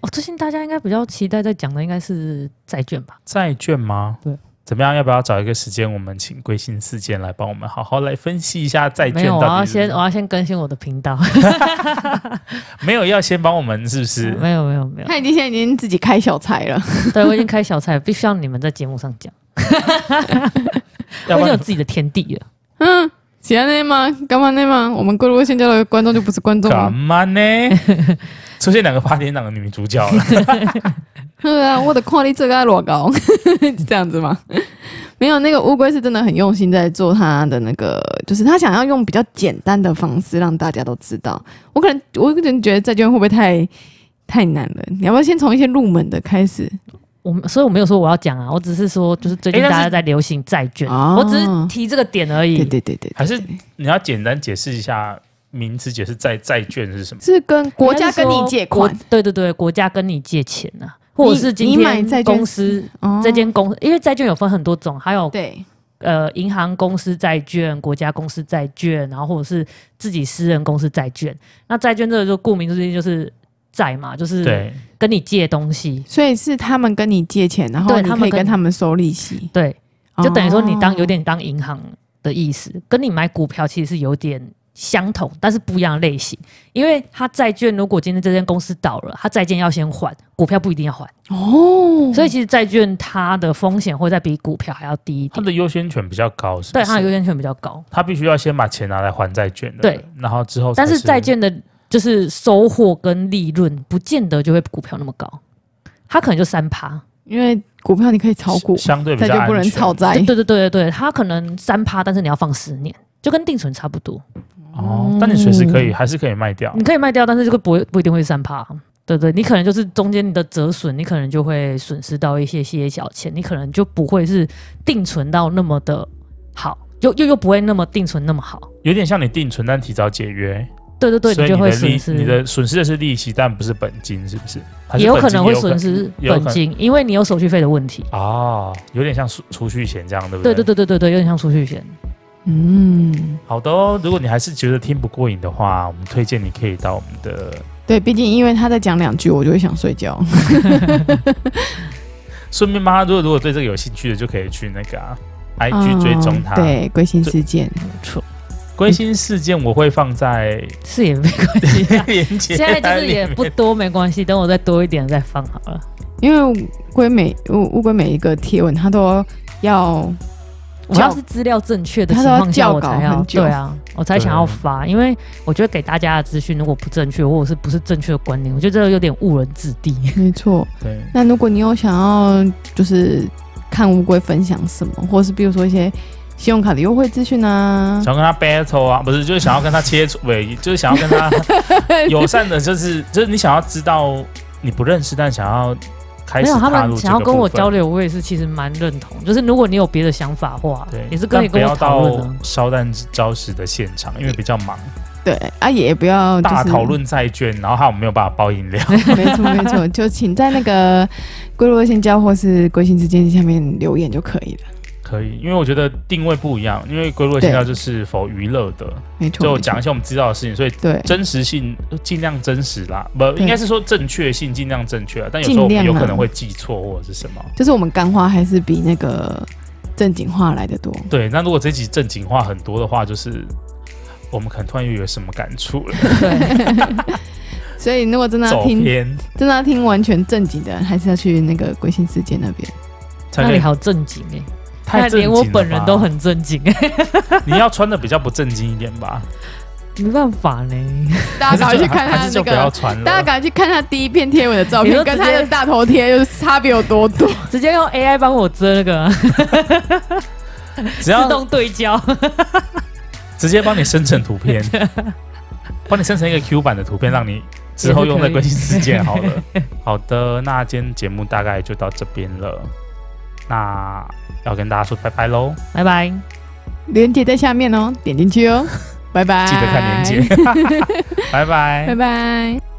S2: 哦，最近大家应该比较期待在讲的应该是债券吧？
S1: 债券吗？
S2: 对，
S1: 怎么样？要不要找一个时间，我们请归心似箭来帮我们好好来分析一下债
S2: 没
S1: 券
S2: 有，
S1: 到
S2: 我
S1: 底
S2: 要
S1: 是
S2: 先我要先更新我的频道，
S1: 没有要先帮我们是不是？
S2: (laughs) 没有没有没有，
S3: 他已经现在已经自己开小差了，
S2: 对我已经开小菜，必须要你们在节目上讲，我
S1: 要不
S2: 已经有
S1: 然
S2: 自己的天地了。
S3: 嗯，其他那吗？干嘛那吗？我们过路现在的观众就不是观众
S1: 干
S3: 了，
S1: 嘛呢？
S2: (laughs)
S1: 出现两个八点档的女主角了，
S3: 对啊，我的矿力这个裸高 (laughs) 是这样子吗？没有，那个乌龟是真的很用心在做它的那个，就是他想要用比较简单的方式让大家都知道。我可能我可能觉得债券会不会太太难了？你要不要先从一些入门的开始？
S2: 我们所以我没有说我要讲啊，我只是说就是最近
S1: 诶但
S2: 大
S1: 是
S2: 家在流行债券，
S3: 哦
S2: 我只是提这个点而已。
S3: 对对对对，
S1: 还是你要简单解释一下名词，解释债债券是什么？
S3: 是跟国家跟你借款
S2: 国，对对对，国家跟你借钱啊，或者是今
S3: 你买债
S2: 天
S3: 券
S2: 公司
S3: 哦
S2: 这间公，因为债券有分很多种，还有
S3: 对
S2: 呃银行公司债券、国家公司债券，然后或者是自己私人公司债券。那债券这个就顾名思义就是债嘛，就是
S1: 对，
S2: 跟你借东西。
S3: 所以是他们跟你借钱，然后
S2: 对
S3: 你
S2: 他们
S3: 可以
S2: 跟
S3: 跟他们收利息，哦
S2: 对，就等于说
S1: 哦
S2: 你当有
S3: 点
S2: 点当银行的意思，跟你买股票其实是有点相同，但是不一样的类型。因为它债券，如果今天这间公司倒了，它债券要先还，股票不一定要还，
S3: 哦，
S2: 所以其实债券它的风险会再比股票还要低一
S1: 它
S2: 点。
S1: 的优先权比较高，是不
S2: 对，
S1: 是
S2: 它的优先权比较高，
S1: 他必须要先把钱拿来还债券的，
S2: 对，
S1: 然后之后才
S2: 但是债券的就是收获跟利润，不见得就会比股票那么高，它可能就三趴。
S3: 因为股票你可以炒股，
S1: 相对比
S3: 债
S1: 较
S3: 券
S1: 安
S3: 不能
S1: 全
S3: 炒债
S2: 对。对对对对，它可能三趴，但是你要放十年，就跟定存差不多。嗯
S1: 哦，但你随时可以还是可以卖掉
S2: 你，可以卖掉，但是这个不会不一定会三趴。对对，你可能就是中间你的折损，你可能就会损失到一些些小钱，你可能就不会是定存到那么的好，又又又不会那么定存那么好。
S1: 有点像你定存但提早解约，
S2: 对对对，
S1: 所以
S2: 就
S1: 你
S2: 会
S1: 的
S2: 损
S1: 利
S2: 失，
S1: 你的损失的是利息，但不是本金，是不是？还是
S2: 也有
S1: 本
S2: 可
S1: 金
S2: 能会损失
S1: 也有可
S2: 本
S1: 能
S2: 金，因为你有手续费的问题。
S1: 哦，有点像储储蓄险这样，对不
S2: 对对
S1: 对
S2: 对对对对，有点像储蓄险。
S3: 嗯，
S1: 好的哦，如果你还是觉得听不过瘾的话，我们推荐你可以到我们的，
S3: 对，毕竟因为他在讲两句，我就会想
S1: (laughs)
S3: 睡觉。
S1: 顺便帮他，如果如果对这个有兴趣的，就可以去那个、啊、IG
S3: 嗯
S1: 追踪他。，
S3: 对，归心似箭。
S2: 没错，
S1: 归心事件我会放在。
S2: 是也 (laughs) 没关系啊
S1: 连接
S2: 现在就是也
S1: 栏里
S2: 不
S1: 面
S2: 多，没关系，等我再多一点再放好了。
S3: 因为龟每乌乌龟每一个贴文，他都要
S2: 我要是资料正确的
S3: 他
S2: 情
S3: 都要
S2: 况下，
S3: 校
S2: 我才
S3: 稿
S2: 要
S3: 很久
S2: 对啊，我才想要发，因为我觉得给大家的资讯如果不正确，或者是不是正确的观念，我觉得这个有点误人子弟。
S3: 没错。
S1: (laughs) 对。
S3: 那如果你有想要就是看乌龟分享什么，或是比如说一些信用卡的优惠资讯啊，
S1: 想要跟他 battle 啊，不是，就是想要跟他切磋，喂，就是想要跟他
S2: (laughs)
S1: 友善的，就是就是你想要知道你不认识，但想要开
S2: 没
S1: 始
S2: 有，他
S1: 踏
S2: 们
S1: 入
S2: 想要跟我交
S1: 流，
S2: 流，我也是其实蛮认同。就是如果你有别的想法的话
S1: 对，，
S2: 也是可
S1: 但
S2: 以
S1: 不
S2: 跟我
S1: 要
S2: 讨论啊
S1: 到
S2: 的。
S1: 烧弹招式的现场，因为比较忙，
S3: 对啊，也不要、就是、
S1: 大讨。论债券，然后还有没有办法包饮
S3: (laughs)
S1: 料，
S3: 没错没错，就请在那个龟落线交或是龟心之间下面留言就可以了。
S1: 可以，因为我觉得定位不一样，因为归落现在就是否娱乐的，
S3: 没错，
S1: 就
S3: 没错
S1: 讲一些我们知道的事情，所以。
S3: 对。
S2: 欸
S1: 真实性尽量真实啦，不应该是说正确性尽量正确啊，但有时候我
S3: 尽
S1: 们
S3: 量
S1: 有
S3: 啦
S1: 可能会记错或者是什么。
S3: 就是我们干话还是比那个正经话来的多。
S1: 对，那如果这集正经话很多的话，就是我们可能突然又有什么感触了，
S2: 对，
S3: (laughs) 所以如果真的要
S1: 走
S3: 听，
S1: 偏。
S3: 真的要听完全正经的，还是要去那个鬼心世界那边。
S1: 才
S2: 那
S1: 可
S2: 里
S1: 以
S2: 好正经
S1: 太
S2: 哎、那
S1: 正
S2: 连
S1: 经
S2: 我
S1: 了
S2: 本人
S1: 吧
S2: 都，很正经哎、
S1: 你要穿的比较不正经一点吧？
S2: (laughs) 没办法呢。 (laughs)
S3: 大家赶快去看
S1: 还
S3: 他
S1: 是
S3: 那
S1: 就不要
S3: 个，
S1: 穿了。
S3: 大家赶快去看他第一篇贴文的照
S2: 你
S3: 片
S2: 就，直
S3: 跟
S2: 接
S3: 他的大头贴就是差别有多
S1: (laughs)
S3: 多。
S2: 直接用 AI 帮我遮那个
S1: 只
S2: (laughs) 自
S1: 要
S2: 动
S1: (laughs)
S2: 对焦，
S1: 直接帮你生成图 (laughs) 片，帮你生成一个 Q 版的图片，让你之后用在关心事件好 (laughs) 了。好的，那今天节目大概就到这边了，那要跟大家说拜拜喽，
S2: 拜拜。
S3: 链接在下面哦，点进去哦，拜
S1: (laughs)
S3: 拜。
S1: 记得看链，接，拜拜
S3: 拜拜。